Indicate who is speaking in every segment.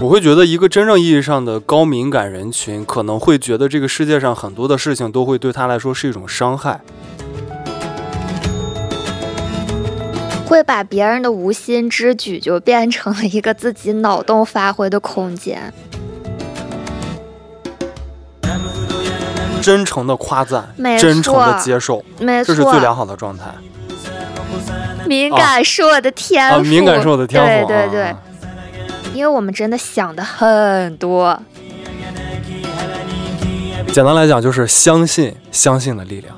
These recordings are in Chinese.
Speaker 1: 我会觉得一个真正意义上的高敏感人群，可能会觉得这个世界上很多的事情都会对他来说是一种伤害。
Speaker 2: 会把别人的无心之举就变成了一个自己脑洞发挥的空间。
Speaker 1: 真诚的夸赞
Speaker 2: 没，
Speaker 1: 真诚的
Speaker 2: 错
Speaker 1: 接受，
Speaker 2: 没
Speaker 1: 这
Speaker 2: 错，
Speaker 1: 是最良好的状态
Speaker 2: 敏感是我的天赋，
Speaker 1: 啊！敏感是我的天赋，
Speaker 2: 对对
Speaker 1: 啊
Speaker 2: 对，因为我们真的想的很多，
Speaker 1: 简单来讲就是相信，相信的力量。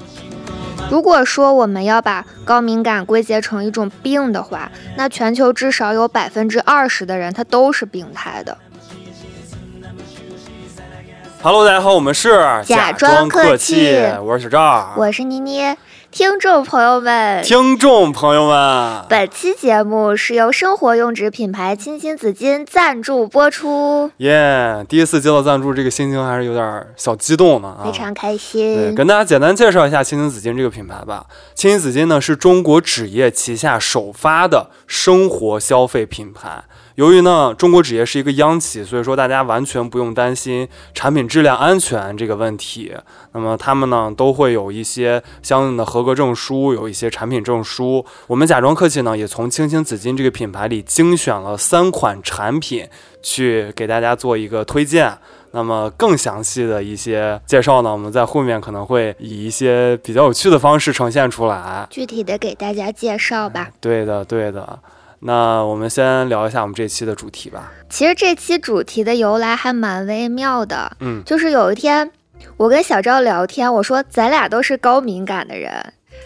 Speaker 2: 如果说我们要把高敏感归结成一种病的话，那全球至少有百分之二十的人他都是病态的。
Speaker 1: Hello，大家好，我们是
Speaker 2: 假
Speaker 1: 装
Speaker 2: 装
Speaker 1: 客
Speaker 2: 客
Speaker 1: 气
Speaker 2: 气，
Speaker 1: 我是小赵。
Speaker 2: 我是妮妮，听众朋友们，
Speaker 1: 啊听众朋友们，
Speaker 2: 本期节目是由生活用纸品牌亲亲子巾赞助播出，
Speaker 1: 耶第一次接到赞助，这个心情还是有点小激动呢啊！
Speaker 2: 非常开
Speaker 1: 对，
Speaker 2: 心。
Speaker 1: 跟大家简单介绍一下青青紫金这个品牌吧。青青紫金呢是中国纸业旗下首发的生活消费品牌。由于呢中国纸业是一个央企，所以说大家完全不用担心产品质量安全这个问题。那么他们呢都会有一些相应的合格证书，有一些产品证书。我们假装客气呢也从青青紫金这个品牌里精选了三款产品，去给大家做一个推荐。那么更详细的一些介绍呢，我们在后面可能会以一些比较有趣的方式呈现出来。
Speaker 2: 具体的给大家介绍吧。
Speaker 1: 对的，对的。那我们先聊一下我们这期的主题吧。
Speaker 2: 其实这期主题的由来还蛮微妙的，
Speaker 1: 嗯，
Speaker 2: 就是有一天我跟小赵聊天，我说咱俩都是高敏感的人，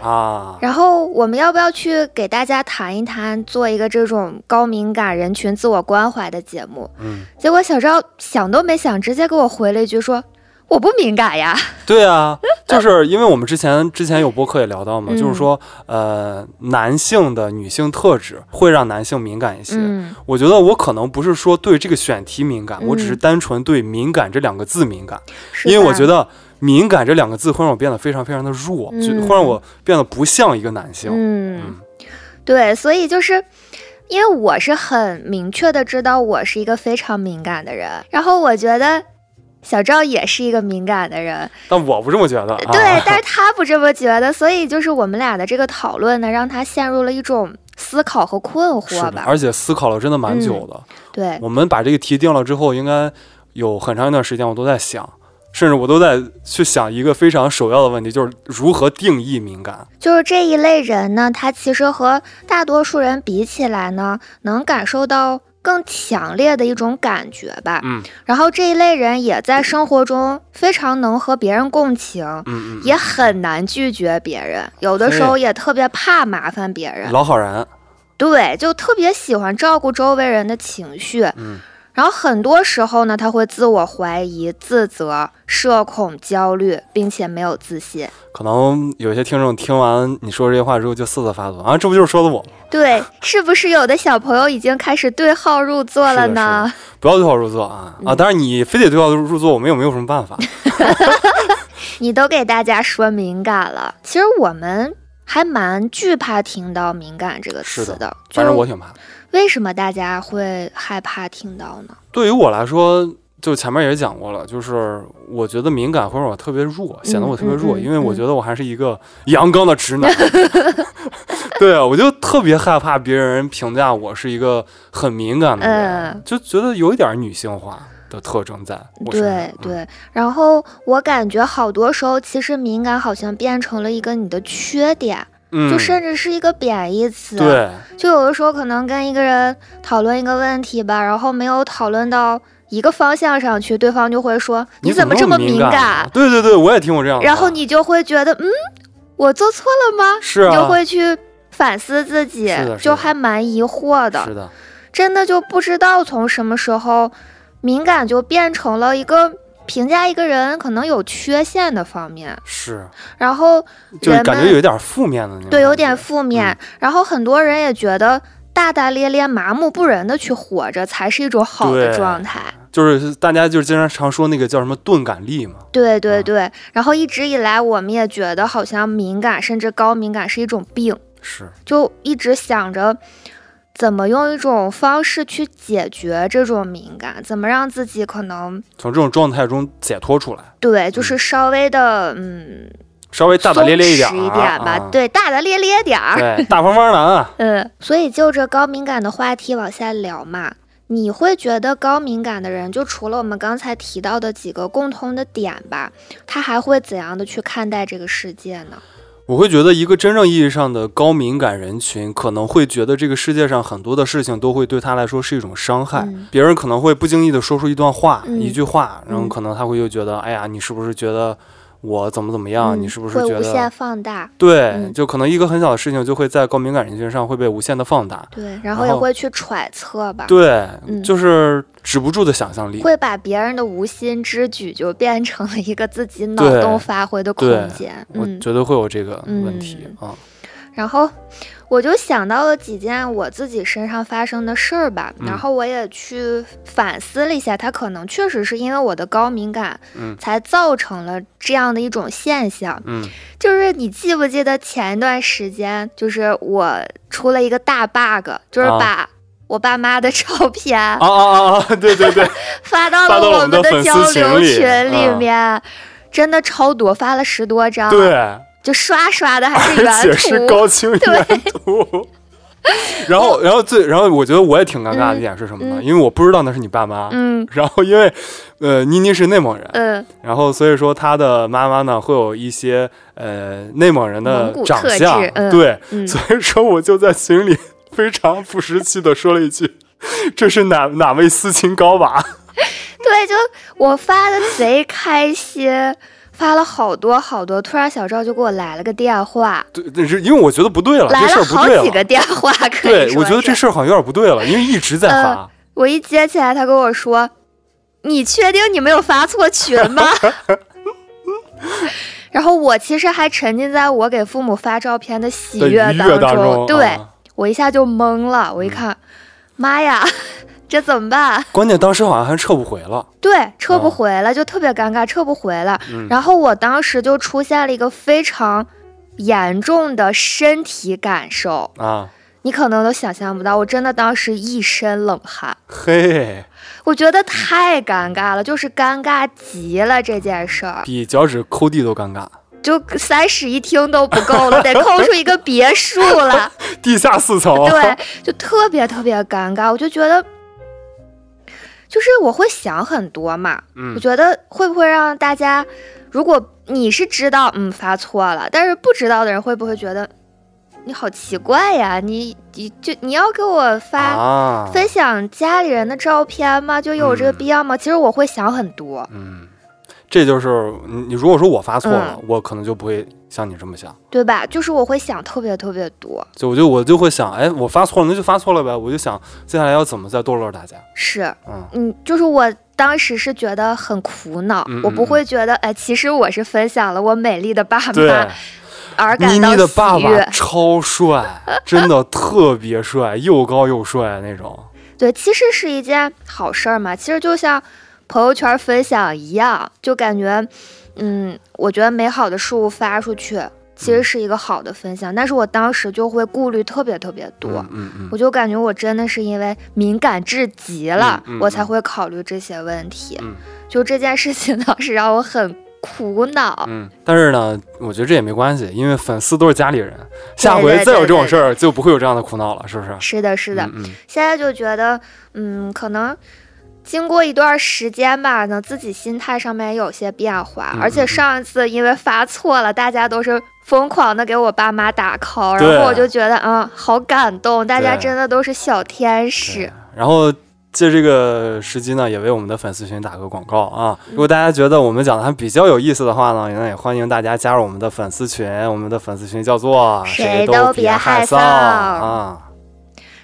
Speaker 1: 啊，
Speaker 2: 然后我们要不要去给大家谈一谈，做一个这种高敏感人群自我关怀的节目？
Speaker 1: 嗯，
Speaker 2: 结果小赵想都没想，直接给我回了一句说：“我不敏感呀。
Speaker 1: 对啊，就是因为我们之前之前有播客也聊到嘛，
Speaker 2: 嗯
Speaker 1: 就是说，呃，男性的女性特质会让男性敏感一”些。
Speaker 2: 嗯，
Speaker 1: 我觉得我可能不是说对这个选题敏感，我只是
Speaker 2: 嗯
Speaker 1: 单纯对“敏感”这两个字敏感。
Speaker 2: 是
Speaker 1: 因为我
Speaker 2: 吧
Speaker 1: 觉得“敏感”这两个字会让我变得非常非常的弱，
Speaker 2: 嗯
Speaker 1: 就会让我变得不像一个男性。
Speaker 2: 嗯，对，所以就是因为我是很明确的知道我是一个非常敏感的人，然后我觉得小赵也是一个敏感的人，
Speaker 1: 但我不这么觉得啊。
Speaker 2: 对，但是他不这么觉得，所以就是我们俩的这个讨论呢，让他陷入了一种思考和困
Speaker 1: 是
Speaker 2: 惑
Speaker 1: 的，
Speaker 2: 吧。嗯
Speaker 1: 而且思考了真的蛮久的。
Speaker 2: 对，
Speaker 1: 我们把这个题定了之后，应该有很长一段时间我都在想，甚至我都在去想一个非常首要的问题，就是如何定义敏感。
Speaker 2: 就是这一类人呢，他其实和大多数人比起来呢，能感受到更强烈的一种感觉吧。
Speaker 1: 嗯
Speaker 2: 然后这一类人也在生活中非常能和别人共情，
Speaker 1: 嗯嗯，
Speaker 2: 也很难拒绝别人，有的时候也特别怕麻烦别人，
Speaker 1: 老好人，
Speaker 2: 对，就特别喜欢照顾周围人的情绪。
Speaker 1: 嗯
Speaker 2: 然后很多时候呢，他会自我怀疑、自责、社恐、焦虑，并且没有自信。
Speaker 1: 可能有些听众听完你说这些话之后就瑟瑟发抖啊，这不就是说的我吗？
Speaker 2: 对，是不是有的小朋友已经开始对号入座了呢？
Speaker 1: 不要对号入座啊
Speaker 2: 嗯
Speaker 1: 啊！当然你非得对号入座，我们也没有什么办 法。
Speaker 2: 你都给大家说敏感了，其实我们还蛮惧怕听到“敏感”这个
Speaker 1: 是
Speaker 2: 词
Speaker 1: 的
Speaker 2: 的。
Speaker 1: 反正
Speaker 2: 就
Speaker 1: 我挺怕的。
Speaker 2: 为什么大家会害怕听到呢？
Speaker 1: 对于我来说，就前面也讲过了，就是我觉得敏感会让我特别弱，显得我特别弱，
Speaker 2: 嗯嗯
Speaker 1: 因为我
Speaker 2: 嗯
Speaker 1: 觉得我还是一个阳刚的直男。 对啊，我就特别害怕别人评价我是一个很敏感的人，
Speaker 2: 嗯
Speaker 1: 就觉得有一点女性化的特征在我身上。
Speaker 2: 对
Speaker 1: 嗯，
Speaker 2: 对，然后我感觉好多时候，其实敏感好像变成了一个你的缺点，
Speaker 1: 嗯，
Speaker 2: 就甚至是一个贬义词。，啊
Speaker 1: 对，
Speaker 2: 就有的时候可能跟一个人讨论一个问题吧，然后没有讨论到一个方向上去，对方就会说
Speaker 1: 你
Speaker 2: 怎么这
Speaker 1: 么
Speaker 2: 敏
Speaker 1: 感啊？对对对，我也听过这样的话。
Speaker 2: 然后你就会觉得，嗯，我做错了吗？
Speaker 1: 是
Speaker 2: 你就
Speaker 1: 啊，
Speaker 2: 会去反思自己，
Speaker 1: 是的是
Speaker 2: 就
Speaker 1: 的
Speaker 2: 还蛮疑惑的。
Speaker 1: 是的，
Speaker 2: 真的就不知道从什么时候，敏感就变成了一个评价一个人可能有缺陷的方面，
Speaker 1: 是，
Speaker 2: 然后
Speaker 1: 就
Speaker 2: 人
Speaker 1: 感觉
Speaker 2: 们
Speaker 1: 有一点负面的那种感觉。
Speaker 2: 对有点负面，
Speaker 1: 嗯
Speaker 2: 然后很多人也觉得大大咧咧、麻木不仁的去活着才是一种好的
Speaker 1: 对
Speaker 2: 状态。
Speaker 1: 就是大家就是经常常说那个叫什么钝感力嘛。
Speaker 2: 对
Speaker 1: 啊
Speaker 2: 对对，然后一直以来我们也觉得好像敏感甚至高敏感是一种病，
Speaker 1: 是，
Speaker 2: 就一直想着怎么用一种方式去解决这种敏感，怎么让自己可能
Speaker 1: 从这种状态中解脱出来，
Speaker 2: 对，就是稍微的嗯
Speaker 1: 稍微嗯大大咧咧
Speaker 2: 一
Speaker 1: 点儿，
Speaker 2: 一点吧，
Speaker 1: 啊、
Speaker 2: 对，大大咧咧点儿。
Speaker 1: 对，大方方的啊。
Speaker 2: 嗯，所以就这高敏感的话题往下聊嘛，你会觉得高敏感的人，就除了我们刚才提到的几个共通的点吧，他还会怎样的去看待这个世界呢？
Speaker 1: 我会觉得，一个真正意义上的高敏感人群，可能会觉得这个世界上很多的事情都会对他来说是一种伤害。
Speaker 2: 嗯
Speaker 1: 别人可能会不经意的说出一段话、
Speaker 2: 嗯
Speaker 1: 一句话，然后
Speaker 2: 嗯
Speaker 1: 可能他会又觉得，哎呀，你是不是觉得我怎么怎么样？
Speaker 2: 嗯
Speaker 1: 你是不是
Speaker 2: 会
Speaker 1: 觉
Speaker 2: 无限
Speaker 1: 得？
Speaker 2: 放大？
Speaker 1: 对，
Speaker 2: 嗯
Speaker 1: 就可能一个很小的事情，就会在高敏感人群上会被无限的放大。
Speaker 2: 对，然后也
Speaker 1: 然后
Speaker 2: 会去揣测吧，
Speaker 1: 对，
Speaker 2: 嗯
Speaker 1: 就是止不住的想象力。
Speaker 2: 会把别人的无心之举就变成了一个自己脑
Speaker 1: 对
Speaker 2: 洞发挥的
Speaker 1: 对
Speaker 2: 空间。
Speaker 1: 我
Speaker 2: 嗯，
Speaker 1: 觉得会有这个问题
Speaker 2: 嗯
Speaker 1: 啊、
Speaker 2: 然后我就想到了几件我自己身上发生的事儿吧，
Speaker 1: 嗯
Speaker 2: 然后我也去反思了一下，它可能确实是因为我的高敏感，
Speaker 1: 嗯
Speaker 2: 才造成了这样的一种现象。
Speaker 1: 嗯
Speaker 2: 就是你记不记得前一段时间，就是我出了一个大 bug，就是
Speaker 1: 啊
Speaker 2: 把我爸妈的照片
Speaker 1: 啊啊啊啊！ 对对对，
Speaker 2: 发到
Speaker 1: 发到了
Speaker 2: 了
Speaker 1: 我
Speaker 2: 我
Speaker 1: 们
Speaker 2: 们
Speaker 1: 的
Speaker 2: 的交
Speaker 1: 粉丝群
Speaker 2: 流
Speaker 1: 里
Speaker 2: 群里
Speaker 1: 啊
Speaker 2: 面。真的超多，发了十多张，
Speaker 1: 对。
Speaker 2: 就刷刷的还是 原
Speaker 1: 而
Speaker 2: 图，
Speaker 1: 且
Speaker 2: 哦
Speaker 1: 是高清原图。然后，然后最，然后我觉得我也挺尴尬的一点是什么呢？
Speaker 2: 嗯
Speaker 1: 因为我不知道那是你爸妈。
Speaker 2: 嗯
Speaker 1: 然后，因为，呃，妮妮是内蒙人，
Speaker 2: 嗯，
Speaker 1: 然后所以说她的妈妈呢会有一些呃内蒙人的
Speaker 2: 蒙古
Speaker 1: 长
Speaker 2: 特
Speaker 1: 相
Speaker 2: 质，嗯
Speaker 1: 对，
Speaker 2: 嗯
Speaker 1: 所以说我就在群里 非常不识趣的说了一句：“ 这是哪哪位斯琴高娃
Speaker 2: 对，就我发的贼开心，发了好多好多。突然小赵就给我来了个电话？”，
Speaker 1: 对，但是因为我觉得不对了，这
Speaker 2: 来
Speaker 1: 事
Speaker 2: 了
Speaker 1: 儿不
Speaker 2: 好
Speaker 1: 对
Speaker 2: 几个
Speaker 1: 了。
Speaker 2: 电话，可以
Speaker 1: 对，
Speaker 2: 说
Speaker 1: 我觉得这
Speaker 2: 是
Speaker 1: 事儿好像有点不对了，因为一直在
Speaker 2: 呃
Speaker 1: 发。
Speaker 2: 我一接起来，他跟我说：“你确定你没有发错群吗？” 然后我其实还沉浸在我给父母发照片的喜
Speaker 1: 在愉
Speaker 2: 悦
Speaker 1: 悦当中，
Speaker 2: 对、
Speaker 1: 啊嗯
Speaker 2: 我一下就懵了。我一看，妈呀， 这怎么办？
Speaker 1: 关键当时好像还撤不回了，
Speaker 2: 对，撤
Speaker 1: 哦
Speaker 2: 不回了，就特别尴尬，撤不回了。
Speaker 1: 嗯
Speaker 2: 然后我当时就出现了一个非常严重的身体感受，
Speaker 1: 啊，
Speaker 2: 你可能都想象不到，我真的当时一身冷汗，
Speaker 1: 嘿，
Speaker 2: 我觉得太尴尬了，就是尴尬极了这件事儿，
Speaker 1: 比脚趾抠地都尴尬。
Speaker 2: 就三室一厅都不够了，得抠出一个别墅了。
Speaker 1: 地下四层，
Speaker 2: 对，就特别特别尴尬，我就觉得。就是我会想很多嘛，我
Speaker 1: 嗯，
Speaker 2: 觉得会不会让大家，如果你是知道，嗯，发错了，但是不知道的人会不会觉得你好奇怪呀？你你就你要给我发
Speaker 1: 啊，
Speaker 2: 分享家里人的照片吗？就有这个
Speaker 1: 嗯
Speaker 2: 必要吗？其实我会想很多，
Speaker 1: 嗯，这就是你，你如果说我发错了，
Speaker 2: 嗯
Speaker 1: 我可能就不会像你这么想，
Speaker 2: 对吧？就是我会想特别特别多，
Speaker 1: 就我就我就会想，哎，我发错了，那就发错了呗，我就想接下来要怎么再逗乐大家，
Speaker 2: 是，
Speaker 1: 嗯，
Speaker 2: 嗯，就是我。当时是觉得很苦恼，
Speaker 1: 嗯嗯
Speaker 2: 我不会觉得，哎，其实我是分享了我美丽的爸
Speaker 1: 对
Speaker 2: 妈，而
Speaker 1: 妮
Speaker 2: 感到
Speaker 1: 妮
Speaker 2: 喜
Speaker 1: 的爸爸
Speaker 2: 悦。
Speaker 1: 超帅， 真的特别帅，又高又帅那种，
Speaker 2: 对，其实是一件好事儿嘛。其实就像朋友圈分享一样，就感觉，嗯，我觉得美好的事物发出去，其实
Speaker 1: 嗯
Speaker 2: 是一个好的分享。但是我当时就会顾虑特别特别多，
Speaker 1: 嗯嗯嗯
Speaker 2: 我就感觉我真的是因为敏感至极了，
Speaker 1: 嗯嗯
Speaker 2: 我才会考虑这些问题。
Speaker 1: 嗯
Speaker 2: 就这件事情当时让我很苦恼。
Speaker 1: 嗯，但是呢，我觉得这也没关系，因为粉丝都是家里人，下
Speaker 2: 对
Speaker 1: 回
Speaker 2: 对
Speaker 1: 再有
Speaker 2: 对
Speaker 1: 这种
Speaker 2: 对
Speaker 1: 事儿就不会有这样的苦恼了，是不是？
Speaker 2: 是的，是的，
Speaker 1: 嗯嗯
Speaker 2: 现在就觉得，嗯，可能经过一段时间吧，呢自己心态上面也有些变化。
Speaker 1: 嗯
Speaker 2: 而且
Speaker 1: 嗯
Speaker 2: 上一次因为发错了，大家都是疯狂的给我爸妈打 call，
Speaker 1: 对啊
Speaker 2: 然后我就觉得，嗯，好感动，大
Speaker 1: 对
Speaker 2: 家
Speaker 1: 啊
Speaker 2: 真的都是小天
Speaker 1: 对
Speaker 2: 使。
Speaker 1: 然后借这个时机呢，也为我们的粉丝群打个广告啊！
Speaker 2: 嗯
Speaker 1: 如果大家觉得我们讲的还比较有意思的话呢，那也欢迎大家加入我们的粉丝群。我们的粉丝群叫做“
Speaker 2: 谁
Speaker 1: 都
Speaker 2: 都别害
Speaker 1: 害臊”
Speaker 2: 臊
Speaker 1: 啊！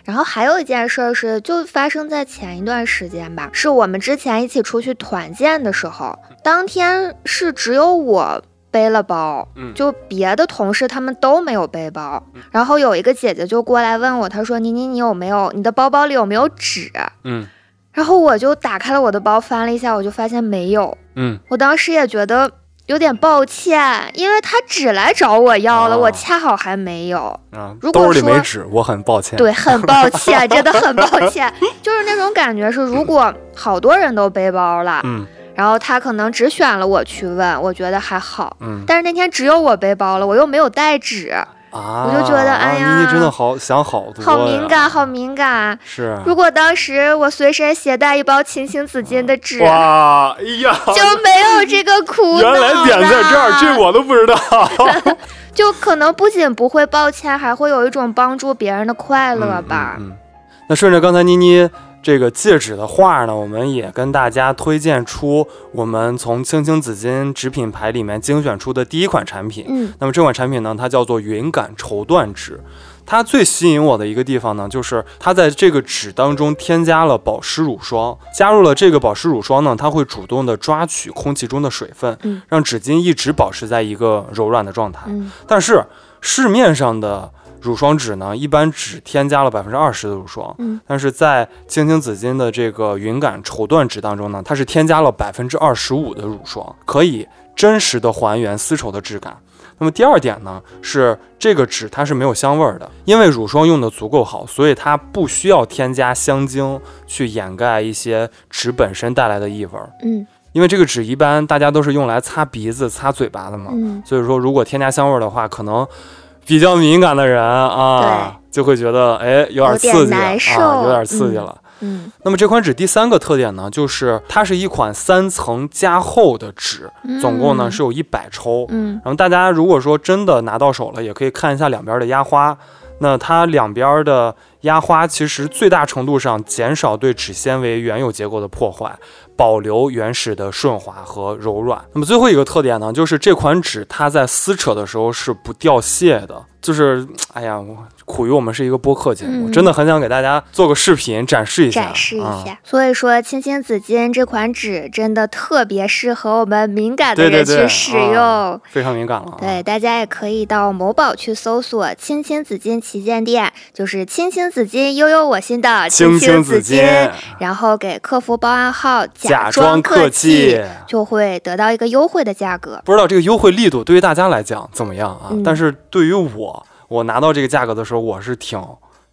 Speaker 2: 然后还有一件事儿是，就发生在前一段时间吧，是我们之前一起出去团建的时候，
Speaker 1: 嗯
Speaker 2: 当天是只有我背了包，
Speaker 1: 嗯
Speaker 2: 就别的同事他们都没有背包。然后有一个姐姐就过来问我，她说：“妮妮，你有没有你的包包里有没有纸
Speaker 1: 嗯？”
Speaker 2: 然后我就打开了我的包，翻了一下，我就发现没有。
Speaker 1: 嗯，
Speaker 2: 我当时也觉得有点抱歉，因为他只来找我要了，
Speaker 1: 啊
Speaker 2: 我恰好还没有。
Speaker 1: 啊，
Speaker 2: 如果
Speaker 1: 兜里
Speaker 2: 说
Speaker 1: 没纸，我很抱歉。
Speaker 2: 对，很 抱歉，真的很抱歉，就是那种感觉是，如果好多人都背包了，
Speaker 1: 嗯
Speaker 2: 然后他可能只选了我去问，我觉得还好。
Speaker 1: 嗯
Speaker 2: 但是那天只有我背包了，我又没有带纸，
Speaker 1: 啊，
Speaker 2: 我就觉得哎呀
Speaker 1: 妮妮真的好想好多，
Speaker 2: 好敏，感，好敏感。
Speaker 1: 是。
Speaker 2: 如果当时我随身携带一包琴形紫金的纸，
Speaker 1: 嗯哇，哎呀，
Speaker 2: 就没有这个苦
Speaker 1: 原
Speaker 2: 恼
Speaker 1: 来点在这儿，
Speaker 2: 了
Speaker 1: 这我都不知道。
Speaker 2: 就可能不仅不会抱歉，还会有一种帮助别人的快乐吧。
Speaker 1: 嗯嗯嗯那顺着刚才妮妮这个戒指的话呢，我们也跟大家推荐出我们从青青紫金纸品牌里面精选出的第一款产品。
Speaker 2: 嗯
Speaker 1: 那么这款产品呢，它叫做云感绸缎纸。它最吸引我的一个地方呢，就是它在这个纸当中添加了保湿乳霜。加入了这个保湿乳霜呢，它会主动的抓取空气中的水分，
Speaker 2: 嗯
Speaker 1: 让纸巾一直保持在一个柔软的状态。
Speaker 2: 嗯
Speaker 1: 但是市面上的乳霜纸呢，一般只添加了百分之二十的乳霜，
Speaker 2: 嗯
Speaker 1: 但是在青青紫金的这个云感绸缎纸当中呢，它是添加了百分之二十五的乳霜，可以真实的还原丝绸的质感。那么第二点呢，是这个纸它是没有香味儿的，因为乳霜用的足够好，所以它不需要添加香精去掩盖一些纸本身带来的异味儿。
Speaker 2: 嗯
Speaker 1: 因为这个纸一般大家都是用来擦鼻子、擦嘴巴的嘛，
Speaker 2: 嗯，
Speaker 1: 所以说，如果添加香味儿的话，可能比较敏感的人啊，就会觉得哎有点刺
Speaker 2: 有
Speaker 1: 激
Speaker 2: 点难受
Speaker 1: 啊，有点刺激了。
Speaker 2: 嗯
Speaker 1: 那么这款纸第三个特点呢，就是它是一款三层加厚的纸，
Speaker 2: 嗯，
Speaker 1: 总共呢是有一百抽。
Speaker 2: 嗯
Speaker 1: 然后大家如果说真的拿到手了，也可以看一下两边的压花。那它两边的压花其实最大程度上减少对纸纤维原有结构的破坏，保留原始的顺滑和柔软。那么最后一个特点呢，就是这款纸它在撕扯的时候是不掉屑的。就是，哎呀，我苦于我们是一个播客节目，
Speaker 2: 嗯
Speaker 1: 真的很想给大家做个视频展示一下，
Speaker 2: 展示一
Speaker 1: 啊
Speaker 2: 下。所以说，青青紫金这款纸真的特别适合我们敏感的
Speaker 1: 对对
Speaker 2: 人
Speaker 1: 对，
Speaker 2: 去使用。
Speaker 1: 啊非常敏感了、啊。
Speaker 2: 对，大家也可以到某宝去搜索“青青紫金旗舰店”，就是“青青紫金悠悠我心”的“
Speaker 1: 青青
Speaker 2: 青
Speaker 1: 子
Speaker 2: 紫
Speaker 1: 金
Speaker 2: 金”，然后给客服报暗号“
Speaker 1: 假装
Speaker 2: 装
Speaker 1: 客气
Speaker 2: 气”，就会得到一个优惠的价格。
Speaker 1: 不知道这个优惠力度对于大家来讲怎么样啊？
Speaker 2: 嗯
Speaker 1: 但是对于我，我拿到这个价格的时候，我是挺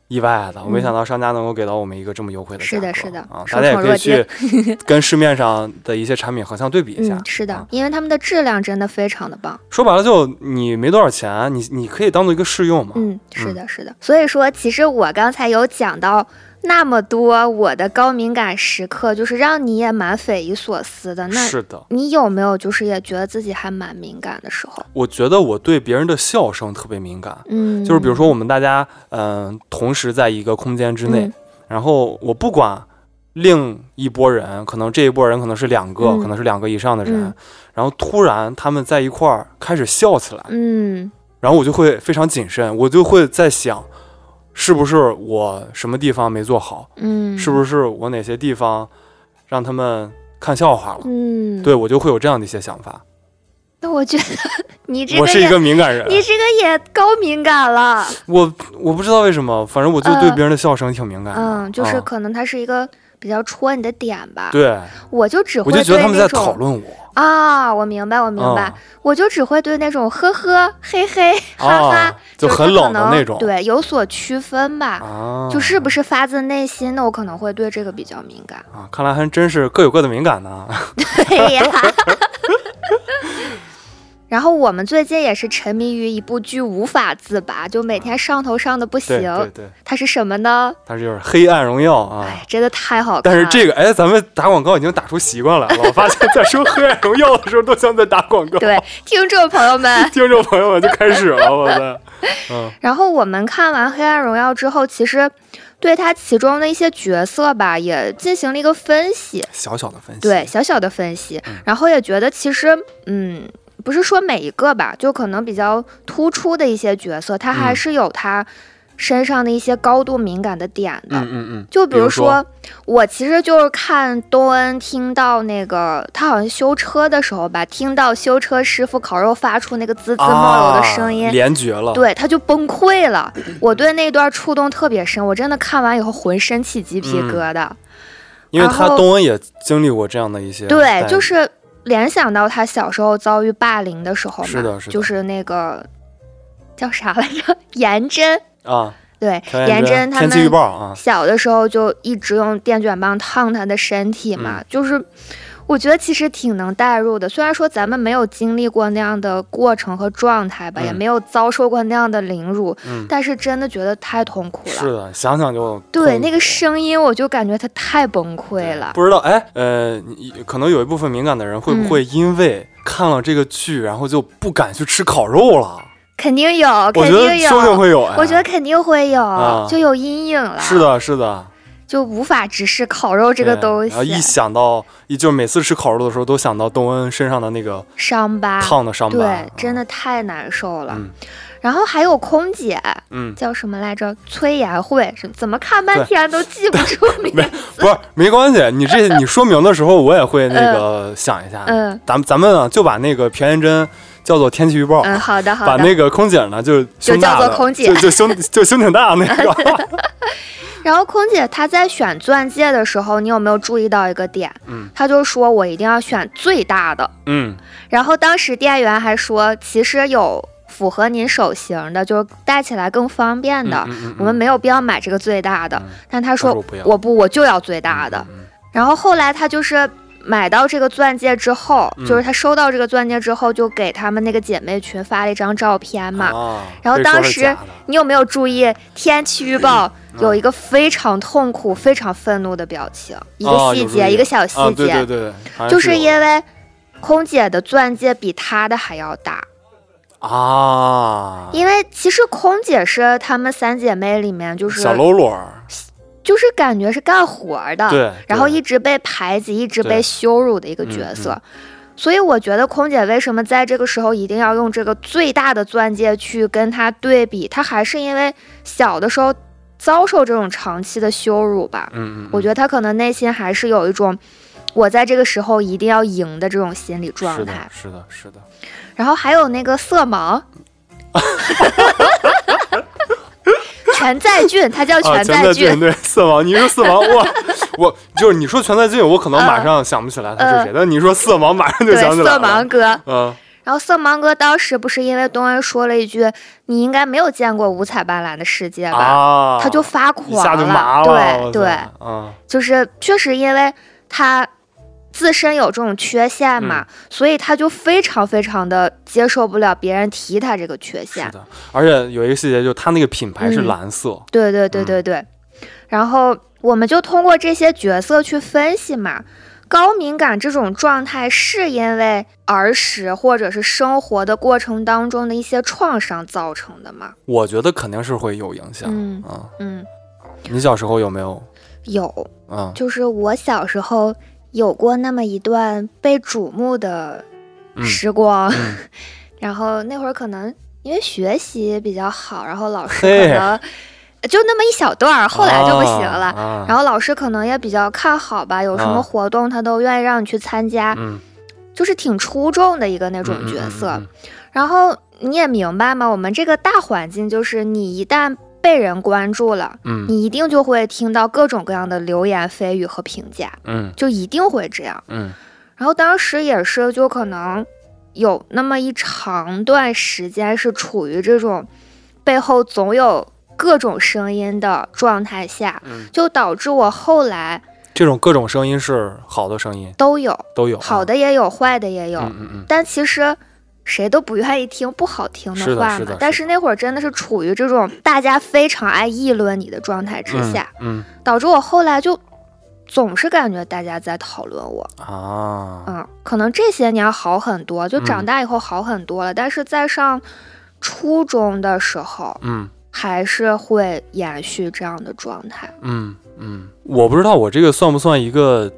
Speaker 1: 意外的，我没想到商家能够给到我们一个这么优惠的价
Speaker 2: 是
Speaker 1: 格。
Speaker 2: 的嗯是的
Speaker 1: 啊，大
Speaker 2: 受
Speaker 1: 家也
Speaker 2: 宠
Speaker 1: 可以
Speaker 2: 若
Speaker 1: 去 跟市面上的一些产品横向对比一下。
Speaker 2: 嗯，是的
Speaker 1: 啊，
Speaker 2: 因为他们的质量真的非常的棒。
Speaker 1: 说白了就你没多少钱，你你可以当做一个试用嘛。
Speaker 2: 嗯，是的，是的。所以说，其实我刚才有讲到那么多我的高敏感时刻，就是让你也蛮匪夷所思的。那
Speaker 1: 是的，
Speaker 2: 你有没有就是也觉得自己还蛮敏感的时候？
Speaker 1: 我觉得我对别人的笑声特别敏感，
Speaker 2: 嗯，
Speaker 1: 就是比如说我们大家嗯、同时在一个空间之内，
Speaker 2: 嗯
Speaker 1: 然后我不管另一拨人，可能这一拨人可能是两个，
Speaker 2: 嗯
Speaker 1: 可能是两个以上的人，
Speaker 2: 嗯
Speaker 1: 然后突然他们在一块儿开始笑起来，
Speaker 2: 嗯
Speaker 1: 然后我就会非常谨慎，我就会在想，是不是我什么地方没做好，
Speaker 2: 嗯，
Speaker 1: 是不是我哪些地方让他们看笑话了？
Speaker 2: 嗯，
Speaker 1: 对，我就会有这样的一些想法。
Speaker 2: 那我觉得 你这
Speaker 1: 我
Speaker 2: 个
Speaker 1: 是一
Speaker 2: 也，
Speaker 1: 个敏感人，
Speaker 2: 你这个也高敏感了。
Speaker 1: 我我不知道为什么，反正我就对
Speaker 2: 呃
Speaker 1: 别人的笑声挺敏感的。
Speaker 2: 嗯，就是
Speaker 1: 啊
Speaker 2: 可能它是一个比较戳你的点吧。，
Speaker 1: 对，
Speaker 2: 我就只
Speaker 1: 我
Speaker 2: 会
Speaker 1: 就觉得
Speaker 2: 对
Speaker 1: 他们
Speaker 2: 那
Speaker 1: 在
Speaker 2: 种
Speaker 1: 讨论我。
Speaker 2: 啊，我明白，我明白，
Speaker 1: 啊
Speaker 2: 我就只会对那种呵呵、嘿嘿、哈哈，
Speaker 1: 啊，就
Speaker 2: 就是
Speaker 1: 很
Speaker 2: 它可
Speaker 1: 冷的那
Speaker 2: 能
Speaker 1: 种。
Speaker 2: 对，有所区分吧。
Speaker 1: 啊，
Speaker 2: 就是不是发自内心的，我可能会对这个比较敏 感。
Speaker 1: 啊，看来还真是各有各的敏感呢。啊
Speaker 2: 对呀。 然后我们最近也是沉迷于一部剧无法自拔，就每天上头上的不
Speaker 1: 对对
Speaker 2: 行。
Speaker 1: 对，
Speaker 2: 它是什么呢？
Speaker 1: 它就是《黑暗荣耀》啊
Speaker 2: 哎。，真的太好看
Speaker 1: 但
Speaker 2: 了。
Speaker 1: 是这个，哎，咱们打广告已经打出习惯来了。我发现，在说《黑暗荣耀》的时候，都像在打广告。，
Speaker 2: 对听众朋友们
Speaker 1: 听众朋友们就开始了，我 的，嗯
Speaker 2: 然后我们看完《黑暗荣耀》之后，其实对它其中的一些角色吧，也进行了一个分析。
Speaker 1: 小小的分析。
Speaker 2: 对，，小小的分析，然后也觉得其实，嗯，不是说每一个吧，就可能比较突出的一些角色，他还
Speaker 1: 嗯
Speaker 2: 是有他身上的一些高度敏感的点的。
Speaker 1: 嗯嗯嗯，
Speaker 2: 就比如
Speaker 1: 说，
Speaker 2: 说，我其实就是看东恩听到那个他好像修车的时候吧，听到修车师傅烤肉发出那个滋滋冒油的声音
Speaker 1: 啊，联觉了。
Speaker 2: 对，他就崩溃了。我对那段触动特别深，我真的看完以后浑身起鸡皮
Speaker 1: 嗯
Speaker 2: 疙瘩。
Speaker 1: 因为
Speaker 2: 然
Speaker 1: 他
Speaker 2: 后
Speaker 1: 东恩也经历过这样的一些待遇。
Speaker 2: 对，就是联想到他小时候遭遇霸凌的时候嘛，
Speaker 1: 是的是的
Speaker 2: 就是那个叫啥来着， 颜真，
Speaker 1: 啊，
Speaker 2: 对，
Speaker 1: 朴元
Speaker 2: 颜真他
Speaker 1: 天气预
Speaker 2: 们
Speaker 1: 报啊，
Speaker 2: 小的时候就一直用电卷棒烫他的身体嘛，
Speaker 1: 嗯
Speaker 2: 就是我觉得其实挺能代入的。虽然说咱们没有经历过那样的过程和状态吧，
Speaker 1: 嗯
Speaker 2: 也没有遭受过那样的凌辱，
Speaker 1: 嗯，
Speaker 2: 但是真的觉得太痛苦
Speaker 1: 是
Speaker 2: 了。
Speaker 1: 的，想想就
Speaker 2: 对
Speaker 1: 痛
Speaker 2: 那
Speaker 1: 苦
Speaker 2: 个声音，我就感觉他太崩溃了。
Speaker 1: 不知道哎，呃，你可能有一部分敏感的人会不会
Speaker 2: 嗯
Speaker 1: 因为看了这个剧，然后就不敢去吃烤肉了？
Speaker 2: 肯定有，肯
Speaker 1: 我觉得
Speaker 2: 定有，
Speaker 1: 说不定会有，哎
Speaker 2: 我觉得肯定会有，
Speaker 1: 啊
Speaker 2: 就有阴影了。
Speaker 1: 是，的，是的，
Speaker 2: 就无法直视烤肉这个
Speaker 1: 对
Speaker 2: 东
Speaker 1: 然后一
Speaker 2: 西，
Speaker 1: 想到，一就每次吃烤肉的时候，都想到东恩身上的那个
Speaker 2: 伤疤，
Speaker 1: 烫的伤疤，
Speaker 2: 啊对，真
Speaker 1: 的，
Speaker 2: 的太难受了。
Speaker 1: 嗯
Speaker 2: 然后还有空姐
Speaker 1: 嗯，
Speaker 2: 叫什么来着？崔妍慧，是怎么看半
Speaker 1: 对
Speaker 2: 天都记不住 名
Speaker 1: 没
Speaker 2: 字？
Speaker 1: 不是没关系，你 这你说明的时候，我也会那个想一下，
Speaker 2: 嗯
Speaker 1: 咱们咱们啊就把那个朴元真叫做天气预报，
Speaker 2: 嗯，好的好
Speaker 1: 把
Speaker 2: 的。
Speaker 1: 那个空姐呢就胸大
Speaker 2: 叫
Speaker 1: 的，
Speaker 2: 做空姐
Speaker 1: 就就胸就胸挺大的那个。
Speaker 2: 然后空姐她在选钻戒的时候，你有没有注意到一个点？
Speaker 1: 嗯，
Speaker 2: 她就说我一定要选最大的。
Speaker 1: 嗯，
Speaker 2: 然后当时店员还说，其实有符合您手型的，就是戴起来更方便的。
Speaker 1: 嗯嗯嗯
Speaker 2: 我们没有必要买这个最大的，
Speaker 1: 嗯
Speaker 2: 但他
Speaker 1: 他
Speaker 2: 说
Speaker 1: 说不要
Speaker 2: 我不我就要最大的。
Speaker 1: 嗯嗯
Speaker 2: 然后后来他就是买到这个钻戒之后，就是他收到这个钻戒之后，就给他们那个姐妹群发了一张照片嘛。
Speaker 1: 啊
Speaker 2: 然后
Speaker 1: 被说
Speaker 2: 当
Speaker 1: 是
Speaker 2: 时
Speaker 1: 假的嗯
Speaker 2: 你有没有注意天气预报有一个非常痛苦、非常愤怒的表情？一
Speaker 1: 哦
Speaker 2: 个细
Speaker 1: 有
Speaker 2: 节，
Speaker 1: 注意
Speaker 2: 一个小细
Speaker 1: 啊，
Speaker 2: 节，
Speaker 1: 对对对，好像
Speaker 2: 就是是
Speaker 1: 有
Speaker 2: 因为空姐的钻戒比她的还要大。
Speaker 1: 啊，
Speaker 2: 因为其实空姐是她们三姐妹里面，就是
Speaker 1: 小喽啰儿，
Speaker 2: 就是感觉是干活儿的，
Speaker 1: 对，
Speaker 2: 然后
Speaker 1: 对
Speaker 2: 一直被排挤、一直
Speaker 1: 对嗯
Speaker 2: 被羞辱的一个角色。所以我觉得空姐为什么在这个时候一定要用这个最大的钻戒去跟她对比？她还是因为小的时候遭受这种长期的羞辱吧。
Speaker 1: 嗯嗯，
Speaker 2: 我觉
Speaker 1: 得
Speaker 2: 得她可能内心还是有一种我在这个时候一定要赢的这种心理状态。
Speaker 1: 是的，是的，是的，
Speaker 2: 然后还有那个色盲， 全在俊，他叫
Speaker 1: 啊，
Speaker 2: 全
Speaker 1: 全
Speaker 2: 在
Speaker 1: 在
Speaker 2: 俊，
Speaker 1: 俊对四王，你一说四王，我我就是你说全在俊，我可能马
Speaker 2: 嗯
Speaker 1: 上想不起来他是
Speaker 2: 嗯
Speaker 1: 谁，但你说色盲，马上就
Speaker 2: 对
Speaker 1: 想起来
Speaker 2: 色
Speaker 1: 了
Speaker 2: 盲，哥。
Speaker 1: 嗯，
Speaker 2: 然后色盲哥当时不是因为东恩说了一句“你应该没有见过五彩斑斓的世界吧”，
Speaker 1: 啊，
Speaker 2: 他就发
Speaker 1: 一
Speaker 2: 狂
Speaker 1: 下就麻
Speaker 2: 对
Speaker 1: 了，
Speaker 2: 对，，
Speaker 1: 嗯
Speaker 2: 就是确实因为他自身有这种缺陷
Speaker 1: 嗯
Speaker 2: 嘛，所以他就非常非常的接受不了别人提他这个缺
Speaker 1: 是
Speaker 2: 陷。
Speaker 1: 的，而且有一个细节，就是它那个品牌是
Speaker 2: 嗯
Speaker 1: 蓝色，
Speaker 2: 对对对
Speaker 1: 嗯
Speaker 2: 对对。然后我们就通过这些角色去分析嘛，高敏感这种状态是因为儿时或者是生活的过程当中的一些创伤造成的嘛？
Speaker 1: 我觉得肯定是会有影响。
Speaker 2: 嗯
Speaker 1: 啊，
Speaker 2: 嗯，
Speaker 1: 你小时候有没有？
Speaker 2: 有，
Speaker 1: 嗯，
Speaker 2: 就是我小时候有过那么一段被瞩目的
Speaker 1: 嗯
Speaker 2: 时光，
Speaker 1: 嗯
Speaker 2: 然后那会儿可能因为学习比较好，然后老师
Speaker 1: 嘿
Speaker 2: 可能就那么一小段儿，后来就不行了。
Speaker 1: 啊、
Speaker 2: 然后老师可能也比较看好吧，有什
Speaker 1: 啊
Speaker 2: 么活动他都愿意让你去参加，
Speaker 1: 嗯，
Speaker 2: 就是挺出众的一个那
Speaker 1: 这
Speaker 2: 种角色。
Speaker 1: 嗯
Speaker 2: 然后你也明白嘛，我们这个大环境就是你一旦被人关注了，
Speaker 1: 嗯嗯
Speaker 2: 你一定就会听到各种各样的流言蜚语和评价，
Speaker 1: 嗯
Speaker 2: 就一定会这样。
Speaker 1: 嗯
Speaker 2: 然后当时也是，就可能有那么一长段时间是处于这种背后总有各种声音的状态下，
Speaker 1: 嗯，
Speaker 2: 就导致我后来。
Speaker 1: 这种各种声音是好的声音
Speaker 2: 都有，
Speaker 1: 都有啊，
Speaker 2: 好的也有，坏的也有。
Speaker 1: 嗯嗯嗯，
Speaker 2: 但其实谁都不愿意听不好听
Speaker 1: 是的
Speaker 2: 话嘛。
Speaker 1: 是的
Speaker 2: 但
Speaker 1: 是
Speaker 2: 是那会儿真的是处于这种大家非常爱议论你的状态之下，
Speaker 1: 嗯，
Speaker 2: 导致我后来就总是感觉大家在讨论我。
Speaker 1: 嗯啊，
Speaker 2: 嗯，可能这些年好很多，就长
Speaker 1: 嗯
Speaker 2: 大以后好很多了。但是在上初中的时候，
Speaker 1: 嗯
Speaker 2: 还是会延续这样的状态。
Speaker 1: 嗯嗯，我不知道我这个算不算一个